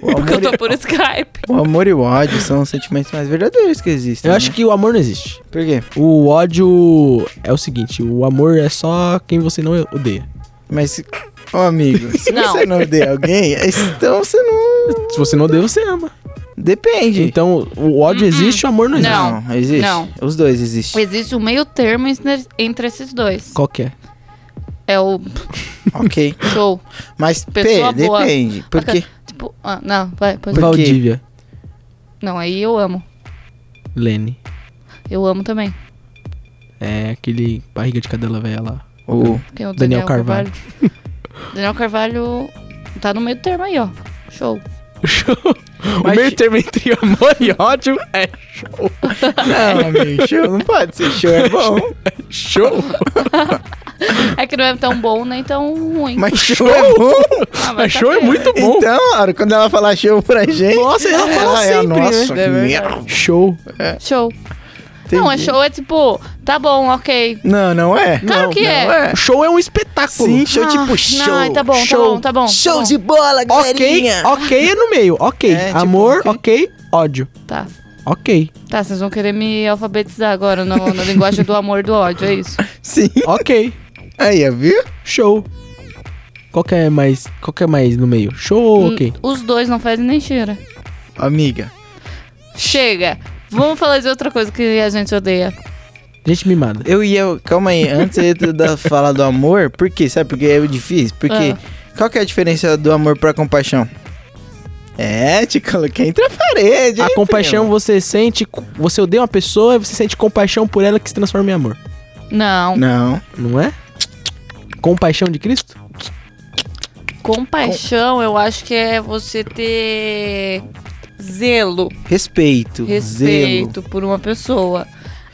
Speaker 5: O amor, é
Speaker 6: porque eu tô
Speaker 5: e,
Speaker 6: por Skype.
Speaker 5: o amor e o ódio são os sentimentos mais verdadeiros que existem.
Speaker 1: Eu acho que o amor não existe.
Speaker 5: que. Por quê?
Speaker 1: O ódio é o seguinte: o amor é só quem você não odeia.
Speaker 5: Mas, se- ô amigo, se
Speaker 6: Não.
Speaker 5: você não odeia alguém, então você não.
Speaker 1: Se você não odeia, você ama.
Speaker 5: Depende.
Speaker 1: Então, o ódio existe, o amor não existe.
Speaker 6: Uhum. Não,
Speaker 5: existe.
Speaker 6: não.
Speaker 5: Os dois existem.
Speaker 6: Existe um meio termo entre- entre esses dois.
Speaker 1: Qual que é?
Speaker 6: É o
Speaker 5: ok.
Speaker 6: show.
Speaker 5: Mas, P,
Speaker 6: Pessoa boa.
Speaker 5: depende. Porque.
Speaker 6: Tipo, ah, não, vai, pode.
Speaker 5: Por quê?
Speaker 1: Valdívia.
Speaker 6: Não, aí eu amo.
Speaker 1: Lene.
Speaker 6: Eu amo também.
Speaker 1: É aquele barriga de cadela velha lá.
Speaker 5: O,
Speaker 6: Tem é
Speaker 1: Daniel
Speaker 6: o Daniel, Carvalho. Daniel Carvalho tá no meio termo aí, ó. Show.
Speaker 1: o
Speaker 5: Mas-
Speaker 1: meio termo entre amor e ódio é
Speaker 5: não, amigo, show não pode ser show, é bom.
Speaker 1: show.
Speaker 6: É que não é tão bom nem tão ruim.
Speaker 5: Mas show é bom.
Speaker 6: Ah,
Speaker 1: Mas
Speaker 6: mas tá
Speaker 1: show é
Speaker 6: bem.
Speaker 1: muito bom.
Speaker 5: Então, Laura, quando ela falar show pra gente.
Speaker 1: Nossa, ela fala
Speaker 5: é,
Speaker 1: sempre,
Speaker 5: Nossa,
Speaker 1: né?
Speaker 5: que merda.
Speaker 1: Show.
Speaker 6: Show. Não, é
Speaker 5: Entendi.
Speaker 6: show é tipo, tá bom, ok.
Speaker 5: Não, não é.
Speaker 6: Claro que
Speaker 5: não
Speaker 6: é.
Speaker 1: Show é um espetáculo.
Speaker 5: Sim, show
Speaker 6: Ah,
Speaker 5: tipo
Speaker 6: não,
Speaker 5: show.
Speaker 6: tá bom, tá
Speaker 1: show,
Speaker 6: bom, tá bom. tá
Speaker 5: Show
Speaker 6: bom.
Speaker 5: de bola,
Speaker 1: Ok,
Speaker 5: galerinha.
Speaker 1: ok é no meio. Ok.
Speaker 5: É, tipo,
Speaker 1: amor, ok. Ódio.
Speaker 6: Tá.
Speaker 1: Ok.
Speaker 6: Tá, vocês vão querer me alfabetizar agora no- na linguagem do amor e do ódio, é isso.
Speaker 5: Sim.
Speaker 1: Ok.
Speaker 5: Aí, ó, viu?
Speaker 1: Show. Qual que é mais, qual que é mais no meio? Show, ok.
Speaker 6: Hum, Os dois não fazem nem cheira.
Speaker 5: Amiga.
Speaker 6: Chega. Vamos falar de outra coisa que a gente odeia.
Speaker 1: Gente mimada.
Speaker 5: Eu ia. Calma aí, antes eu ia da falar do amor, por quê? Sabe por que é difícil?
Speaker 6: Ah.
Speaker 5: Porque. Qual que é a diferença do amor pra compaixão? É, te coloquei entre a parede. hein,
Speaker 1: A compaixão
Speaker 5: primo?
Speaker 1: você sente, você odeia uma pessoa e você sente compaixão por ela que se transforma em amor,
Speaker 6: Não.
Speaker 5: Não.
Speaker 1: não é? Compaixão de Cristo?
Speaker 6: Compaixão, eu acho que é você ter zelo,
Speaker 5: Respeito. Zelo.
Speaker 6: respeito por uma pessoa.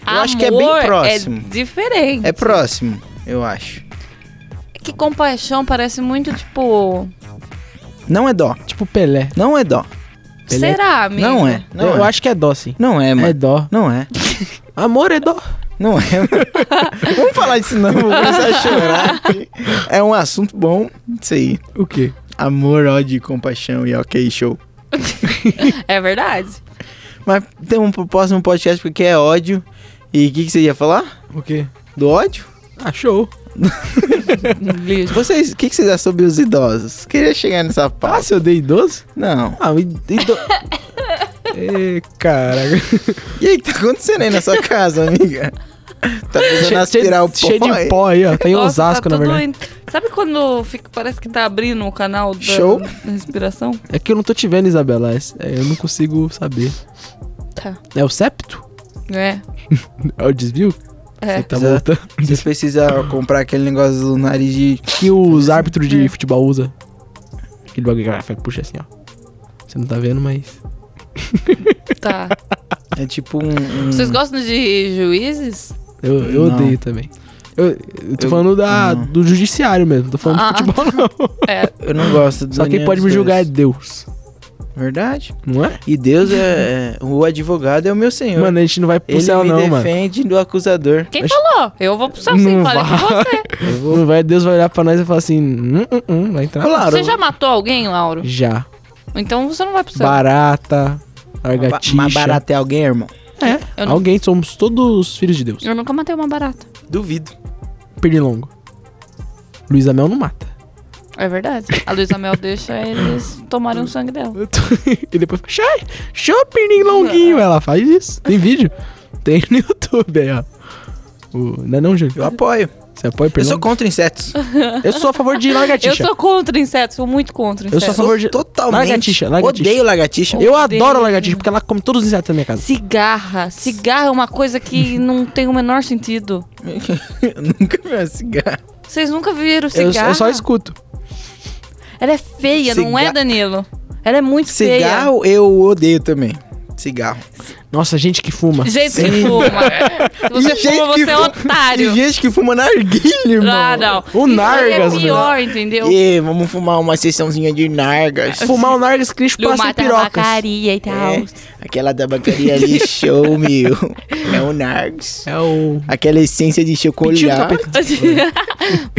Speaker 5: Eu acho que é bem
Speaker 6: Amor
Speaker 5: próximo.
Speaker 6: É diferente.
Speaker 5: É próximo, eu acho.
Speaker 6: É que compaixão parece muito tipo.
Speaker 5: Não é dó.
Speaker 1: Tipo Pelé.
Speaker 5: Não é dó.
Speaker 1: Beleza?
Speaker 6: Será, amigo?
Speaker 5: Não é. Não
Speaker 1: eu
Speaker 5: é.
Speaker 1: acho que é dó, sim.
Speaker 5: Não é, mano.
Speaker 1: É dó.
Speaker 5: Não é.
Speaker 1: Amor é dó.
Speaker 5: Não é, mano. Vamos falar disso não, vou começar a chorar. aqui. É um assunto bom, isso aí.
Speaker 1: O quê?
Speaker 5: Amor, ódio, compaixão e ok, show.
Speaker 6: É verdade.
Speaker 5: Mas tem um pro próximo podcast porque é ódio. E o que, que você ia falar?
Speaker 1: O quê?
Speaker 5: Do ódio?
Speaker 1: Ah, show.
Speaker 6: Lixo.
Speaker 5: Vocês, o que, que vocês acham sobre os idosos? Queria chegar nessa
Speaker 1: Ah,
Speaker 5: parte.
Speaker 1: se eu dei idoso?
Speaker 5: Não.
Speaker 1: Ah, e idoso... Ê, caraca.
Speaker 5: E aí, o que tá acontecendo aí na sua casa, amiga? Tá precisando aspirar o pó?
Speaker 1: cheio de
Speaker 5: aí?
Speaker 1: pó aí, ó. Tá em
Speaker 6: Nossa,
Speaker 1: Osasco, na
Speaker 6: tá tudo
Speaker 1: verdade.
Speaker 6: em- Sabe quando fica, parece que tá abrindo o canal da
Speaker 5: Show.
Speaker 6: da respiração?
Speaker 1: É que eu não tô te vendo, Isabela. É- é, eu não consigo saber.
Speaker 6: Tá.
Speaker 1: É o septo?
Speaker 6: É.
Speaker 1: É o desvio?
Speaker 6: É.
Speaker 1: Tá
Speaker 5: Exato.
Speaker 1: voltando.
Speaker 5: Vocês precisam comprar aquele negócio do nariz de...
Speaker 1: Que os árbitros
Speaker 5: É.
Speaker 1: de futebol usam. Aquele bagulho que a galera puxa assim, ó. Você não tá vendo, mas...
Speaker 6: Tá.
Speaker 5: É tipo um...
Speaker 1: Hum.
Speaker 5: um-
Speaker 6: Vocês gostam de juízes?
Speaker 1: Eu, eu
Speaker 5: Não.
Speaker 1: odeio também. Eu, eu tô
Speaker 5: Eu-
Speaker 1: falando da,
Speaker 5: não.
Speaker 1: do judiciário mesmo. Não tô falando
Speaker 6: Ah,
Speaker 1: de futebol, não.
Speaker 6: É.
Speaker 5: Eu não gosto do
Speaker 1: Só quem
Speaker 5: nenhum
Speaker 1: pode me
Speaker 5: dos
Speaker 1: julgar é
Speaker 5: dois.
Speaker 1: Deus.
Speaker 5: Verdade.
Speaker 1: Não é?
Speaker 5: E Deus é, é- O advogado é o meu senhor.
Speaker 1: Mano, a gente não vai pro
Speaker 5: Ele
Speaker 1: céu,
Speaker 5: me
Speaker 1: não, mano.
Speaker 5: defende do acusador.
Speaker 6: Quem
Speaker 1: Mas-
Speaker 6: falou? Eu vou pro céu sim,
Speaker 1: Não
Speaker 6: falei com você.
Speaker 1: Não vai, Deus vai olhar pra nós e falar assim: hum, hum, hum, vai entrar.
Speaker 5: Claro.
Speaker 6: Você já matou alguém, Lauro?
Speaker 1: Já.
Speaker 6: Então você não vai pro céu.
Speaker 1: Barata, largatixa.
Speaker 5: Mas barato é alguém, irmão?
Speaker 1: É,
Speaker 6: Eu não-
Speaker 1: alguém, somos todos filhos de Deus.
Speaker 6: Eu nunca matei uma barata.
Speaker 5: Duvido.
Speaker 1: Pernilongo. Luísa Mel não mata.
Speaker 6: É verdade. A Luísa Mel deixa eles tomarem o sangue dela.
Speaker 1: e depois fala: "Xai, show pernilonguinho. Ela faz isso. Tem vídeo? Tem no YouTube aí, ó. O... Não é não,
Speaker 5: Eu
Speaker 1: Júlio?
Speaker 5: apoio.
Speaker 1: Você apoia
Speaker 5: Eu sou
Speaker 1: pernilongo?
Speaker 5: contra insetos.
Speaker 1: Eu sou, a favor de
Speaker 6: Eu
Speaker 1: largatixa.
Speaker 6: sou contra insetos, sou muito contra
Speaker 1: Eu
Speaker 6: insetos.
Speaker 1: sou a favor de.
Speaker 5: Totalmente.
Speaker 1: Lagartixa, lagartixa.
Speaker 5: Odeio lagartixa.
Speaker 1: Eu
Speaker 6: Odeio.
Speaker 1: adoro lagartixa porque ela come todos os insetos da minha casa.
Speaker 6: Cigarra. Cigarra é uma coisa que não tem o menor sentido.
Speaker 5: Eu nunca vi uma cigarra.
Speaker 6: Vocês nunca viram
Speaker 1: Eu,
Speaker 6: cigarra?
Speaker 1: eu só escuto.
Speaker 6: Ela é feia, não é,
Speaker 5: Ciga-
Speaker 6: Danilo? Ela é muito feia.
Speaker 5: Cigarro eu odeio também. Cigarro.
Speaker 1: Nossa, gente que fuma.
Speaker 6: Gente que fuma. Se você
Speaker 5: E gente
Speaker 6: fuma,
Speaker 5: que
Speaker 6: você é
Speaker 5: fu-
Speaker 6: otário.
Speaker 5: E gente que fuma narguilha, irmão.
Speaker 6: Ah, não.
Speaker 1: O
Speaker 6: Isso
Speaker 1: Nargas,
Speaker 6: aí
Speaker 1: né?
Speaker 6: é pior, entendeu?
Speaker 5: E vamos fumar uma sessãozinha de nargas.
Speaker 1: Fumar o Nargas Cristo
Speaker 6: Ele
Speaker 1: passa em
Speaker 6: mata a
Speaker 1: pirocas.
Speaker 6: vacaria e tal.
Speaker 5: É, aquela da bateria ali, show, meu. É o nargos.
Speaker 1: É o.
Speaker 5: Aquela essência de
Speaker 1: Mentira,
Speaker 5: chocolate.
Speaker 1: capeta.
Speaker 5: É.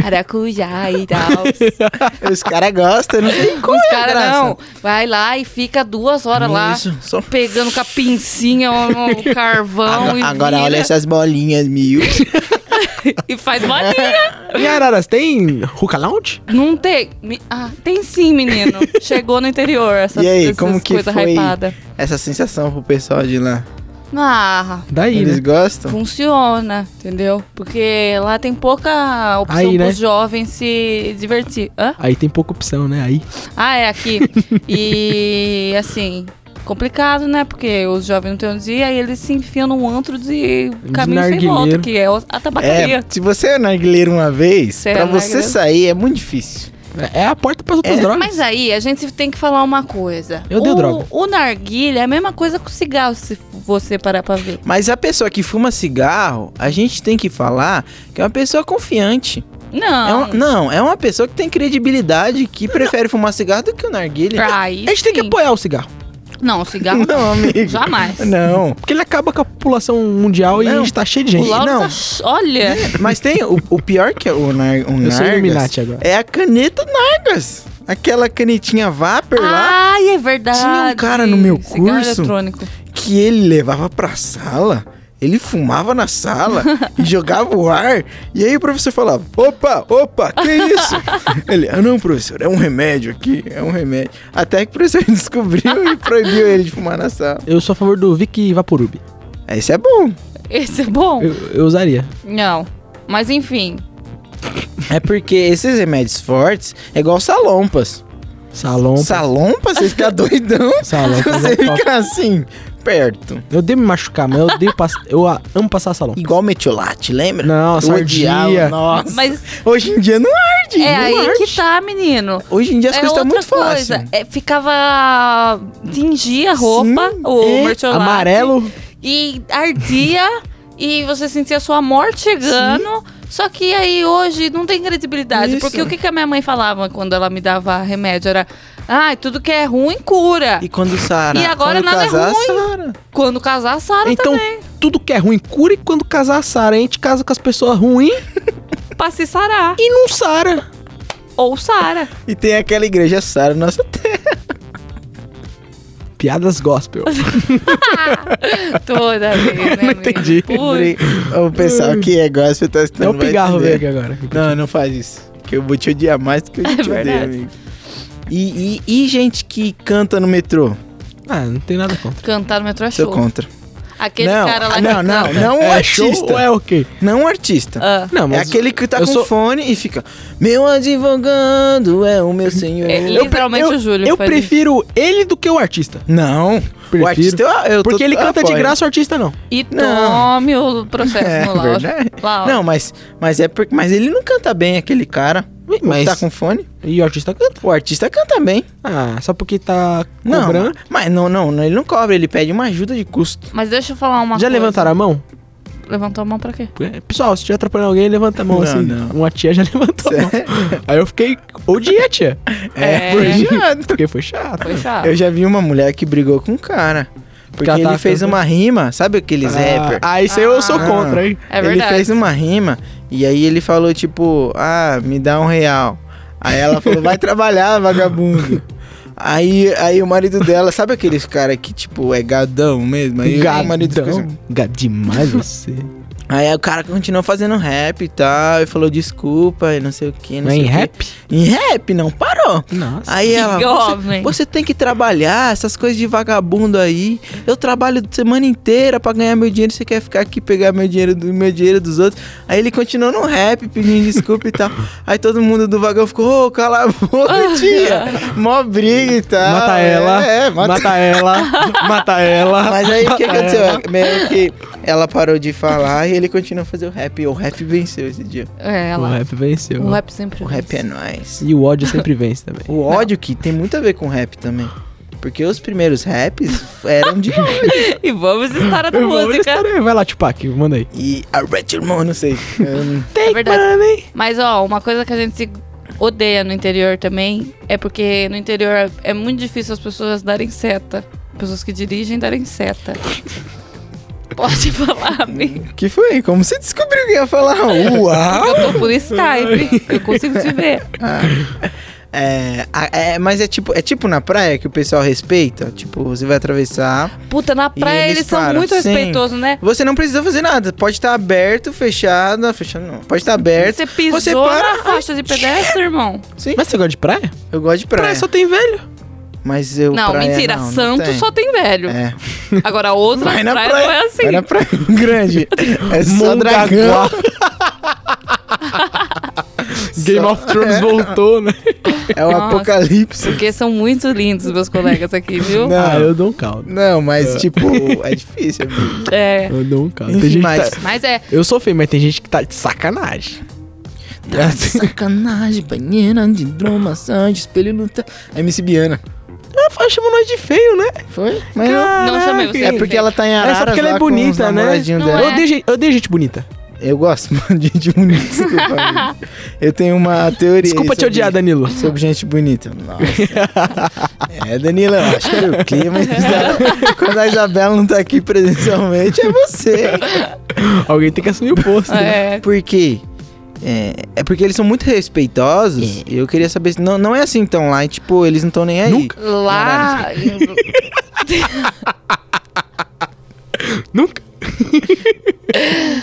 Speaker 6: Maracujá e tal.
Speaker 5: Os caras gostam, não tem como.
Speaker 6: Os
Speaker 5: é a
Speaker 6: caras
Speaker 5: graça.
Speaker 6: não. Vai lá e fica duas horas lá.
Speaker 5: Isso, só...
Speaker 6: Pegando com a pincinha o carvão
Speaker 5: Agora,
Speaker 6: um e,
Speaker 5: agora
Speaker 6: vira
Speaker 5: olha essas bolinhas, mil.
Speaker 6: e faz bolinha.
Speaker 1: Em Araras tem Hookah Lounge?
Speaker 6: Não tem. me- Ah, tem sim, menino. Chegou no interior essas,
Speaker 5: E aí,
Speaker 6: essas
Speaker 5: como que
Speaker 6: coisas
Speaker 5: foi?
Speaker 6: hypadas.
Speaker 5: Essa sensação pro pessoal de lá.
Speaker 6: Ah,
Speaker 1: Daí,
Speaker 5: Eles
Speaker 1: né?
Speaker 5: gostam?
Speaker 6: funciona, entendeu? Porque lá tem pouca opção
Speaker 1: Aí, né?
Speaker 6: pros jovens se divertir. Hã?
Speaker 1: Aí tem pouca opção, né? Aí.
Speaker 6: Ah, é aqui. e assim, complicado, né? Porque os jovens não têm onde ir, aí eles se enfiam num antro de caminho sem
Speaker 1: narguileiro.
Speaker 6: volta, que é o- a tabacaria.
Speaker 5: É, se você é narguileiro uma vez,
Speaker 6: Você é
Speaker 5: pra você
Speaker 6: narguileiro?
Speaker 5: sair é muito difícil.
Speaker 1: É- É a porta pras outras drogas.
Speaker 6: Mas aí, a gente tem que falar uma coisa.
Speaker 1: Eu dei
Speaker 6: o,
Speaker 1: droga.
Speaker 6: O narguilha é a mesma coisa que o cigarro, se você parar pra ver.
Speaker 5: Mas a pessoa que fuma cigarro, a gente tem que falar que é uma pessoa confiante.
Speaker 6: Não.
Speaker 5: É um- não, é uma pessoa que tem credibilidade, que prefere fumar cigarro do que o narguilha.
Speaker 6: Aí
Speaker 1: A gente tem que
Speaker 6: sim.
Speaker 1: apoiar o cigarro.
Speaker 6: Não, o cigarro
Speaker 5: Não, amigo.
Speaker 6: jamais.
Speaker 5: Não.
Speaker 1: Porque ele acaba com a população mundial e a
Speaker 5: Não.
Speaker 1: gente tá cheio de
Speaker 6: O
Speaker 1: gente.
Speaker 6: Lauro
Speaker 5: não.
Speaker 6: tá... ch- Olha,
Speaker 5: Mas tem o, o pior que é o, nar, o
Speaker 1: Eu
Speaker 5: Nargas.
Speaker 1: sou Illuminati agora.
Speaker 5: É a caneta Nargas. Aquela canetinha Vapor lá
Speaker 6: Ai, é verdade.
Speaker 5: Tinha um cara no meu
Speaker 6: Cigarro
Speaker 5: curso.
Speaker 6: eletrônico.
Speaker 5: que ele levava pra sala. Ele fumava na sala e jogava o ar. E aí o professor falava: opa, opa, que isso? ele, ah, não, professor, é um remédio aqui, é um remédio. Até que o professor descobriu e proibiu ele de fumar na sala.
Speaker 1: Eu sou a favor do Vic Vaporub.
Speaker 5: Aí Isso é bom.
Speaker 6: Esse é bom?
Speaker 1: Eu, eu usaria.
Speaker 6: Não. Mas enfim,
Speaker 5: É porque esses remédios fortes é igual salompas.
Speaker 1: Salom.
Speaker 5: Salompas, você fica doidão.
Speaker 1: Salom.
Speaker 5: Você fica assim, perto.
Speaker 1: Eu odeio me machucar, mas eu odeio pass... eu a- amo passar salão.
Speaker 5: Igual metiolate, lembra?
Speaker 1: Não,
Speaker 5: Eu odiava,
Speaker 1: sardia.
Speaker 5: Nossa.
Speaker 6: Mas
Speaker 5: Hoje em dia não arde.
Speaker 6: é
Speaker 5: não
Speaker 6: aí
Speaker 5: arde.
Speaker 6: que tá, menino.
Speaker 5: Hoje em dia as
Speaker 6: é
Speaker 5: coisas estão
Speaker 6: outra
Speaker 5: muito
Speaker 6: coisa.
Speaker 5: fáceis.
Speaker 6: É, ficava. Tingia a roupa,
Speaker 5: Sim,
Speaker 6: o
Speaker 1: É,
Speaker 6: mertiolate,
Speaker 1: amarelo.
Speaker 6: E ardia, e você sentia a sua morte chegando. Só que aí hoje não tem credibilidade.
Speaker 5: Isso.
Speaker 6: Porque o que, que a minha mãe falava quando ela me dava remédio era: ai, tudo que é ruim cura.
Speaker 5: E quando Sara.
Speaker 6: E agora
Speaker 5: quando
Speaker 6: nada é
Speaker 5: casar,
Speaker 6: ruim.
Speaker 5: Sara.
Speaker 6: Quando casar, Sara
Speaker 1: Então, tudo que é ruim cura e quando casar sara. A gente casa com as pessoas ruins
Speaker 6: também. Pra se sarar.
Speaker 1: e não sara.
Speaker 6: Ou Sara.
Speaker 5: E tem aquela igreja Sara, nossa terra.
Speaker 1: Piadas gospel.
Speaker 6: Toda vez, né?
Speaker 1: Não entendi.
Speaker 6: menino? Putz.
Speaker 5: O pessoal que é gospel tá
Speaker 1: É
Speaker 5: estudando.
Speaker 1: o pigarro veio aqui agora.
Speaker 5: Não, não faz isso. Que eu vou te odiar mais do que eu já te odeio,
Speaker 6: É verdade.
Speaker 5: amigo. E, e- e gente que canta no metrô?
Speaker 1: Ah, não tem nada contra.
Speaker 6: Cantar no metrô é
Speaker 5: Sou
Speaker 6: show.
Speaker 5: contra.
Speaker 6: Aquele
Speaker 5: não,
Speaker 6: cara lá
Speaker 5: não,
Speaker 6: que
Speaker 5: não,
Speaker 6: canta.
Speaker 5: não um
Speaker 1: é show
Speaker 5: artista.
Speaker 1: ou é ok?
Speaker 5: Não um artista.
Speaker 6: Ah.
Speaker 1: Não,
Speaker 5: é
Speaker 1: mas...
Speaker 5: aquele que tá
Speaker 1: eu
Speaker 5: com
Speaker 1: sou-
Speaker 5: fone e fica. Meu advogado é o meu senhor.
Speaker 6: É,
Speaker 1: Eu pre-
Speaker 6: Literalmente
Speaker 1: eu-
Speaker 6: o Júlio
Speaker 1: Eu
Speaker 6: faz isso.
Speaker 1: prefiro ele do que o artista.
Speaker 5: Não.
Speaker 1: Prefiro.
Speaker 5: O artista eu, eu tô-
Speaker 1: Porque ele canta
Speaker 5: apoio.
Speaker 1: de graça, o artista não.
Speaker 6: E
Speaker 5: Não.
Speaker 6: tome o processo
Speaker 5: É,
Speaker 6: no Laura.
Speaker 5: verdade.
Speaker 6: Laura.
Speaker 5: Não, mas, mas é porque. Mas ele não canta bem, aquele cara.
Speaker 1: Ui,
Speaker 5: O
Speaker 1: mas-
Speaker 5: que tá com fone.
Speaker 1: E o artista canta.
Speaker 5: O artista canta bem.
Speaker 1: Ah, só porque tá
Speaker 5: Não.
Speaker 1: cobrando.
Speaker 5: Mas não, não, não, ele não cobra, ele pede uma ajuda de custo.
Speaker 6: Mas deixa eu falar uma
Speaker 1: Já
Speaker 6: coisa.
Speaker 1: levantaram a mão?
Speaker 6: Levantou a mão pra quê?
Speaker 1: É, Pessoal, se tiver atrapalhando alguém, levanta a mão
Speaker 5: Não,
Speaker 1: assim.
Speaker 5: não.
Speaker 1: Uma tia já levantou a mão. Aí eu fiquei. Odiei a tia.
Speaker 6: É.
Speaker 5: por isso.
Speaker 1: Porque foi chato.
Speaker 6: Foi chato.
Speaker 5: Eu já vi uma mulher que brigou com um cara. Porque
Speaker 1: ela
Speaker 5: ele
Speaker 1: tava
Speaker 5: fez
Speaker 1: cantando?
Speaker 5: uma rima, sabe aqueles rapper?
Speaker 1: tá Ah, ah, isso aí eu sou
Speaker 5: Ah.
Speaker 1: contra, hein?
Speaker 6: É
Speaker 5: ele
Speaker 6: verdade.
Speaker 5: fez uma rima e aí ele falou tipo, ah, me dá um real. Aí ela falou, vai trabalhar, vagabundo. Aí, aí o marido dela, sabe aqueles cara que tipo é gadão mesmo? Aí o marido ficou assim-
Speaker 1: Gadão. Gado demais você.
Speaker 5: Aí o cara continuou fazendo rap e tal, e falou desculpa e não sei o que, não
Speaker 1: Não é
Speaker 5: sei
Speaker 1: em
Speaker 5: o quê.
Speaker 1: rap?
Speaker 5: Em rap, não parou.
Speaker 1: Nossa.
Speaker 5: Aí ela, você,
Speaker 6: jovem."
Speaker 5: você tem que trabalhar, essas coisas de vagabundo aí. Eu trabalho semana inteira pra ganhar meu dinheiro, você quer ficar aqui pegar meu dinheiro do meu dinheiro dos outros. Aí ele continuou no rap, pedindo desculpa e tal. Aí todo mundo do vagão ficou, ô, cala a boca, tia. Mó briga e tal.
Speaker 1: Mata ela.
Speaker 5: É, é,
Speaker 1: mata...
Speaker 5: mata
Speaker 1: ela. mata ela.
Speaker 5: mas aí o que
Speaker 1: mata
Speaker 5: aconteceu?
Speaker 1: ela.
Speaker 5: Meio que ela parou de falar e ele continuou a fazer o rap. E o rap venceu esse dia.
Speaker 6: É,
Speaker 1: O
Speaker 6: ela.
Speaker 1: rap venceu.
Speaker 6: O rap sempre.
Speaker 5: O rap é nóis.
Speaker 1: E o ódio sempre vence também.
Speaker 5: O ódio que tem muito a ver com rap também. Porque os primeiros raps eram de ódio.
Speaker 6: E vamos estar da
Speaker 1: Eu vou nessa
Speaker 6: música.
Speaker 1: história aí. Vai lá, Tupac, manda aí.
Speaker 5: E a Ratchet Mom, não sei. Hum,
Speaker 6: É verdade. Mas, ó, uma coisa que a gente se odeia no interior também é porque no interior é- é muito difícil as pessoas darem seta. Pessoas que dirigem darem seta. Pode falar, amigo.
Speaker 5: que foi? Como você descobriu que ia falar? Uau!
Speaker 6: Eu tô por Skype. Eu consigo te ver.
Speaker 5: É, a- é, mas é tipo, é tipo na praia que o pessoal respeita. Tipo, você vai atravessar.
Speaker 6: Puta, na praia
Speaker 5: eles
Speaker 6: eles, são
Speaker 5: param.
Speaker 6: muito
Speaker 5: Sim.
Speaker 6: respeitosos, né?
Speaker 5: Você não precisa fazer nada. Pode estar aberto, fechado. Ah, Fechado não. Pode estar aberto.
Speaker 6: Você pisou
Speaker 5: Você para.
Speaker 6: na faixa de pedestre, irmão?
Speaker 5: Sim.
Speaker 1: Mas você gosta de praia?
Speaker 5: Eu gosto de praia.
Speaker 1: Praia só tem velho.
Speaker 5: Mas eu.
Speaker 6: Não,
Speaker 5: praia,
Speaker 6: mentira.
Speaker 5: não, não
Speaker 6: Santos
Speaker 5: tem.
Speaker 6: só tem velho.
Speaker 5: É.
Speaker 6: Agora a outra
Speaker 5: Vai
Speaker 6: praia,
Speaker 5: na praia.
Speaker 6: não é assim.
Speaker 5: Vai na praia grande. É só
Speaker 1: Mongaguá.
Speaker 5: dragão.
Speaker 1: Game of Thrones voltou, né?
Speaker 5: É o
Speaker 6: Nossa.
Speaker 5: apocalipse.
Speaker 6: Porque são muito lindos meus colegas aqui, viu?
Speaker 5: Não.
Speaker 1: Ah, eu dou um caldo.
Speaker 5: Não, mas tipo, é difícil, amigo.
Speaker 6: É.
Speaker 1: Eu dou um caldo.
Speaker 5: Enfim,
Speaker 1: Tem gente
Speaker 5: mas-
Speaker 1: que tá...
Speaker 6: Mas é.
Speaker 1: Eu sou feio, mas tem gente que tá de sacanagem.
Speaker 5: Sacanagem, banheira de hidromassagem, espelho no... Tá... MC Biana.
Speaker 1: Ah, chamou nós de feio, né?
Speaker 5: Foi? Mas É, não.
Speaker 6: Não chamei você.
Speaker 5: É porque ela tá em
Speaker 1: É
Speaker 5: Araras
Speaker 1: só porque ela
Speaker 5: lá
Speaker 1: é
Speaker 5: com os
Speaker 1: bonita, né?
Speaker 5: namoradinhos
Speaker 6: Não
Speaker 5: dela.
Speaker 1: Eu
Speaker 6: é.
Speaker 1: odeio gente, eu odeio gente bonita.
Speaker 5: Eu gosto, mano, de gente bonita. Desculpa, amigo. Eu tenho uma teoria
Speaker 1: Desculpa
Speaker 5: aí
Speaker 1: te odiar,
Speaker 5: sobre-
Speaker 1: Danilo.
Speaker 5: Sobre gente bonita. Nossa. é, Danila, eu acho que o clima. da- Quando a Isabela não tá aqui presencialmente, é você.
Speaker 1: Alguém tem que assumir o posto.
Speaker 5: Ah,
Speaker 1: né?
Speaker 6: É.
Speaker 5: Porque. É, é porque eles são muito respeitosos. E eu queria saber se. Não, não é assim então lá, e, tipo, eles não estão nem aí.
Speaker 1: Nunca.
Speaker 6: Lá.
Speaker 5: é.
Speaker 1: Nunca.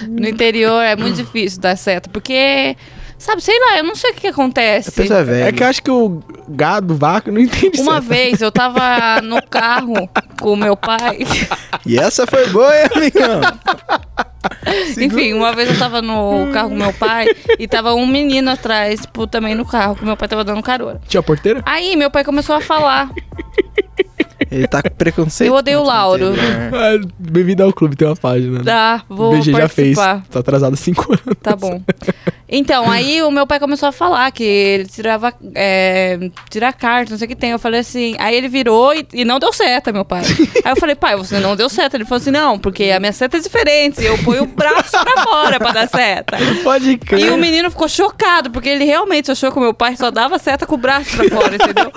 Speaker 6: No interior é muito difícil dar seta. Porque. Sabe, sei lá, eu não sei o que, que
Speaker 5: A
Speaker 6: acontece.
Speaker 5: pessoa é velha.
Speaker 1: É que eu acho que o gado, o vaca, não entende
Speaker 6: Uma
Speaker 1: certo.
Speaker 6: vez eu tava no carro com o meu pai.
Speaker 5: E essa foi boa, hein, amigão?
Speaker 6: Enfim, uma vez eu tava no carro com meu pai e tava um menino atrás, tipo, também no carro, que meu pai tava dando carona.
Speaker 1: Tinha porteira?
Speaker 6: Aí meu pai começou a falar.
Speaker 5: Ele tá com preconceito.
Speaker 6: Eu odeio o
Speaker 1: é
Speaker 5: contra
Speaker 6: Lauro.
Speaker 5: interior.
Speaker 1: Ah, Bem-vindo ao clube, tem uma página.
Speaker 6: Tá, vou
Speaker 1: BG já fez.
Speaker 6: participar.
Speaker 1: Tá atrasado 5 anos.
Speaker 6: Tá bom. Então, aí o meu pai começou a falar que ele tirava. É, tirar carta, não sei o que tem. Eu falei assim. Aí ele virou e, e não deu seta, meu pai. Aí eu falei, pai, você não deu seta. Ele falou assim, não, porque a minha seta é diferente. Eu ponho o braço pra fora pra dar seta.
Speaker 1: Pode
Speaker 6: E o menino ficou chocado, porque ele realmente achou que o meu pai só dava seta com o braço pra fora, entendeu?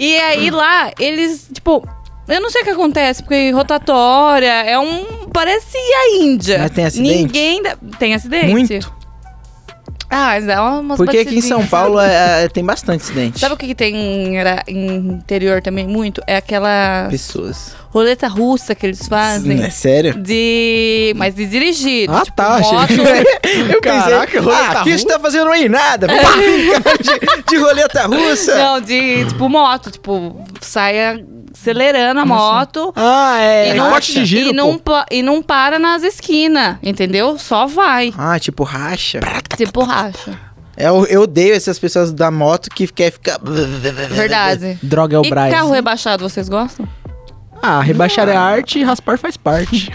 Speaker 6: E aí lá, eles, tipo. Eu não sei o que acontece, porque rotatória é um. Parecia a Índia.
Speaker 5: Mas tem acidente?
Speaker 6: Ninguém. da- Tem acidente?
Speaker 5: Muito.
Speaker 6: Ah, mas dá umas
Speaker 5: Porque aqui em
Speaker 6: batidinhas,
Speaker 5: São
Speaker 6: sabe?
Speaker 5: Paulo é- é- tem bastante acidente.
Speaker 6: Sabe o que, que tem em, era- em interior também muito? É aquela
Speaker 5: Pessoas.
Speaker 6: roleta russa que eles fazem.
Speaker 5: É sério?
Speaker 6: De. Mas de dirigir.
Speaker 1: Ah,
Speaker 6: tipo,
Speaker 1: tá, achei
Speaker 6: moto,
Speaker 5: Eu
Speaker 1: Caraca,
Speaker 5: pensei,
Speaker 1: roleta
Speaker 5: ah, o que
Speaker 1: russa.
Speaker 5: você tá fazendo aí? Nada. Pá, de, de roleta russa.
Speaker 6: É. Não, de tipo moto, tipo, saia acelerando a moto.
Speaker 1: Ah, é.
Speaker 6: E não,
Speaker 1: Corte de giro,
Speaker 6: e, não pa- e não para nas esquinas, entendeu? Só vai.
Speaker 5: Ah, tipo racha.
Speaker 6: Tipo racha.
Speaker 5: É, Eu, eu odeio essas pessoas da moto que quer ficar...
Speaker 6: Verdade.
Speaker 1: pô. Droga é o
Speaker 6: e
Speaker 1: Braz.
Speaker 6: carro rebaixado, vocês gostam?
Speaker 1: Ah, rebaixar é arte e raspar faz parte.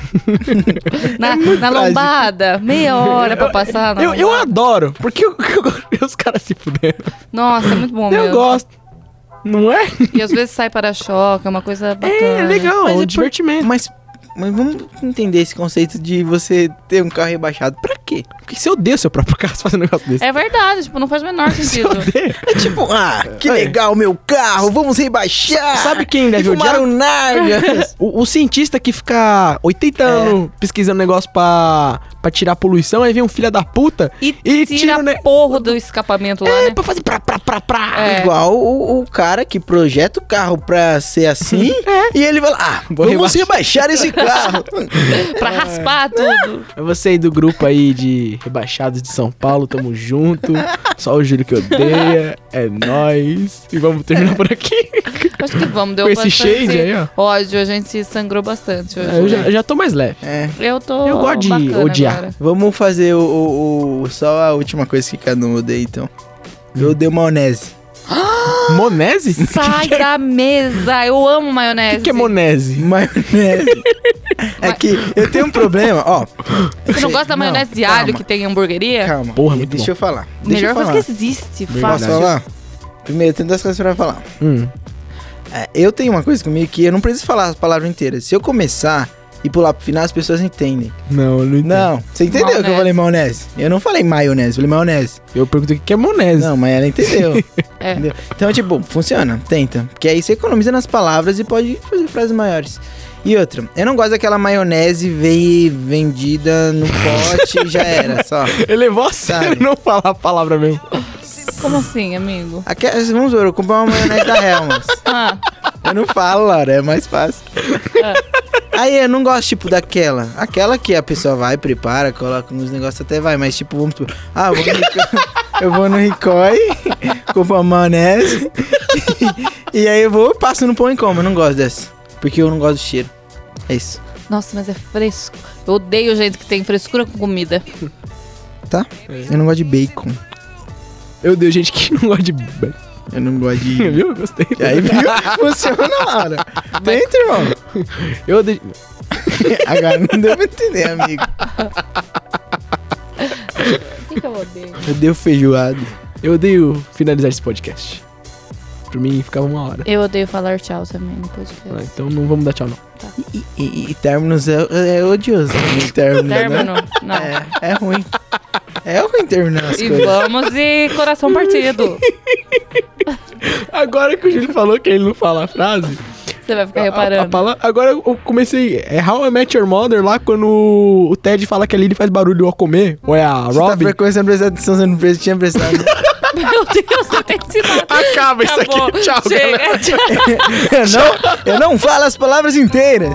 Speaker 6: Na, na lombada, meia hora pra passar. Na
Speaker 1: É eu, eu
Speaker 6: lombada.
Speaker 1: adoro, porque eu- os caras se fuderam.
Speaker 6: Nossa, é muito bom
Speaker 1: eu
Speaker 6: mesmo.
Speaker 1: gosto. Não é?
Speaker 6: E às vezes sai para-choque, é uma coisa bacana.
Speaker 1: É legal,
Speaker 5: Mas e
Speaker 1: o
Speaker 5: por-
Speaker 1: divertimento.
Speaker 5: Mas, mas vamos entender esse conceito de você ter um carro rebaixado. Pra quê?
Speaker 1: Por que você odeia o seu próprio carro fazendo um negócio desse?
Speaker 6: É verdade, tipo, não faz o menor
Speaker 1: Você
Speaker 6: sentido.
Speaker 1: odeia?
Speaker 5: É tipo, ah, que legal meu carro, vamos rebaixar.
Speaker 1: Sabe quem deve
Speaker 5: E fumaram
Speaker 1: odiar?
Speaker 5: nargas.
Speaker 1: O, o cientista que fica 80 anos pesquisando negócio pra, pra tirar a poluição, aí vem um filho da puta
Speaker 6: E,
Speaker 1: e
Speaker 6: tira,
Speaker 1: tira, né?
Speaker 6: porro do escapamento lá,
Speaker 1: É,
Speaker 6: né?
Speaker 1: pra fazer pra, pra, pra, pra.
Speaker 6: É.
Speaker 5: Igual o, o cara que projeta o carro pra ser assim.
Speaker 1: É.
Speaker 5: E ele vai lá, ah,
Speaker 1: Vou
Speaker 5: vamos rebaixar esse carro.
Speaker 6: Pra raspar tudo.
Speaker 1: É Você aí do grupo aí de rebaixados de São Paulo, tamo junto. Só o Júlio que odeia, é nóis. E vamos terminar por aqui.
Speaker 6: Acho que vamos, deu
Speaker 1: Com esse
Speaker 6: bastante
Speaker 1: shade aí, ó. É,
Speaker 6: ódio, a gente sangrou bastante hoje.
Speaker 1: Tá, Eu já, eu já tô mais leve.
Speaker 5: É,
Speaker 6: Eu tô
Speaker 1: Eu gosto de
Speaker 6: bacana
Speaker 1: odiar.
Speaker 6: agora.
Speaker 5: vamos fazer o, o- o- só a última coisa que cada um odeia, então.
Speaker 1: Hum.
Speaker 5: Eu odeio maionese.
Speaker 1: Monese? O
Speaker 6: Sai da mesa, eu amo maionese.
Speaker 1: que, que é monese?
Speaker 5: Maionese. é que eu tenho um problema, ó.
Speaker 6: Você não gosta da maionese de alho que tem em hamburgueria?
Speaker 5: Calma.
Speaker 1: Porra, muito
Speaker 5: Deixa
Speaker 1: bom.
Speaker 5: eu falar. Deixa
Speaker 6: É. Melhor
Speaker 5: eu
Speaker 6: coisa
Speaker 5: falar.
Speaker 6: que existe,
Speaker 5: Posso
Speaker 1: Verdade.
Speaker 6: fácil.
Speaker 5: falar? Primeiro, tem duas coisas pra falar.
Speaker 1: Hum.
Speaker 5: É, eu tenho uma coisa comigo que eu não preciso falar as palavras inteiras. Se eu começar e pular pro final, as pessoas entendem.
Speaker 1: Não, eu não entendo.
Speaker 5: Não, você entendeu que eu
Speaker 6: Maionese.
Speaker 5: falei maionese? Eu não falei maionese, eu falei maionese.
Speaker 1: Eu pergunto o que que é monese.
Speaker 5: Não, mas ela entendeu.
Speaker 6: É.
Speaker 5: entendeu? Então, tipo, funciona, tenta. Porque aí você economiza nas palavras e pode fazer frases maiores. E outra, eu não gosto daquela maionese vei- vendida no pote e já era, só.
Speaker 1: Ele levou a sério
Speaker 5: Sabe.
Speaker 1: não falar a palavra mesmo.
Speaker 6: Como assim, amigo?
Speaker 5: Aquelas, vamos ver, eu comprei uma maionese da Helmans.
Speaker 6: Ah,
Speaker 5: Eu não falo, Laura, é mais fácil. Aí eu não gosto, tipo, daquela. Aquela que a pessoa vai, prepara, coloca uns negócios até vai, mas tipo, vamos supor, ah, eu vou no Rico- eu vou no Ricói, compro uma maionese, e aí eu vou passo no pão e como. Eu não gosto dessa, porque eu não gosto do cheiro. É isso.
Speaker 6: nossa, mas é fresco. Eu odeio gente que tem frescura com comida.
Speaker 5: Eu não gosto de bacon.
Speaker 1: Eu odeio gente que não gosta de. b-
Speaker 5: Eu não gosto de...
Speaker 1: Viu? Gostei.
Speaker 5: Aí, viu? Funciona, Laura. Dentro, irmão.
Speaker 1: Eu odeio.
Speaker 5: Agora não deu pra entender, amigo.
Speaker 6: O que, que eu odeio?
Speaker 5: Eu dei feijoada.
Speaker 1: Eu odeio finalizar esse podcast. Pra mim ficava uma hora.
Speaker 6: Eu odeio falar tchau também no
Speaker 1: Ah,
Speaker 6: podcast.
Speaker 1: Então não vamos dar tchau, não.
Speaker 5: E, e, e términos é, é odioso. né? Término, né?
Speaker 6: Término? Não.
Speaker 5: É, é ruim. É ruim terminar as
Speaker 6: E
Speaker 5: coisas.
Speaker 6: vamos e coração partido.
Speaker 1: Agora que o Júlio falou que ele não fala a frase,
Speaker 6: Você vai ficar
Speaker 1: A- a
Speaker 6: reparando.
Speaker 1: pala- Agora eu comecei. É How I Met Your Mother lá quando o Ted fala que a Lily faz barulho ao comer. Ou é a
Speaker 5: Você tá
Speaker 1: Robin.
Speaker 5: começando a prestar atenção, você não precisa, tinha prestado.
Speaker 6: Meu Deus, você tem tirado.
Speaker 1: Acaba
Speaker 6: Acabou. Chega, tchau.
Speaker 5: eu, não, eu não falo as palavras inteiras.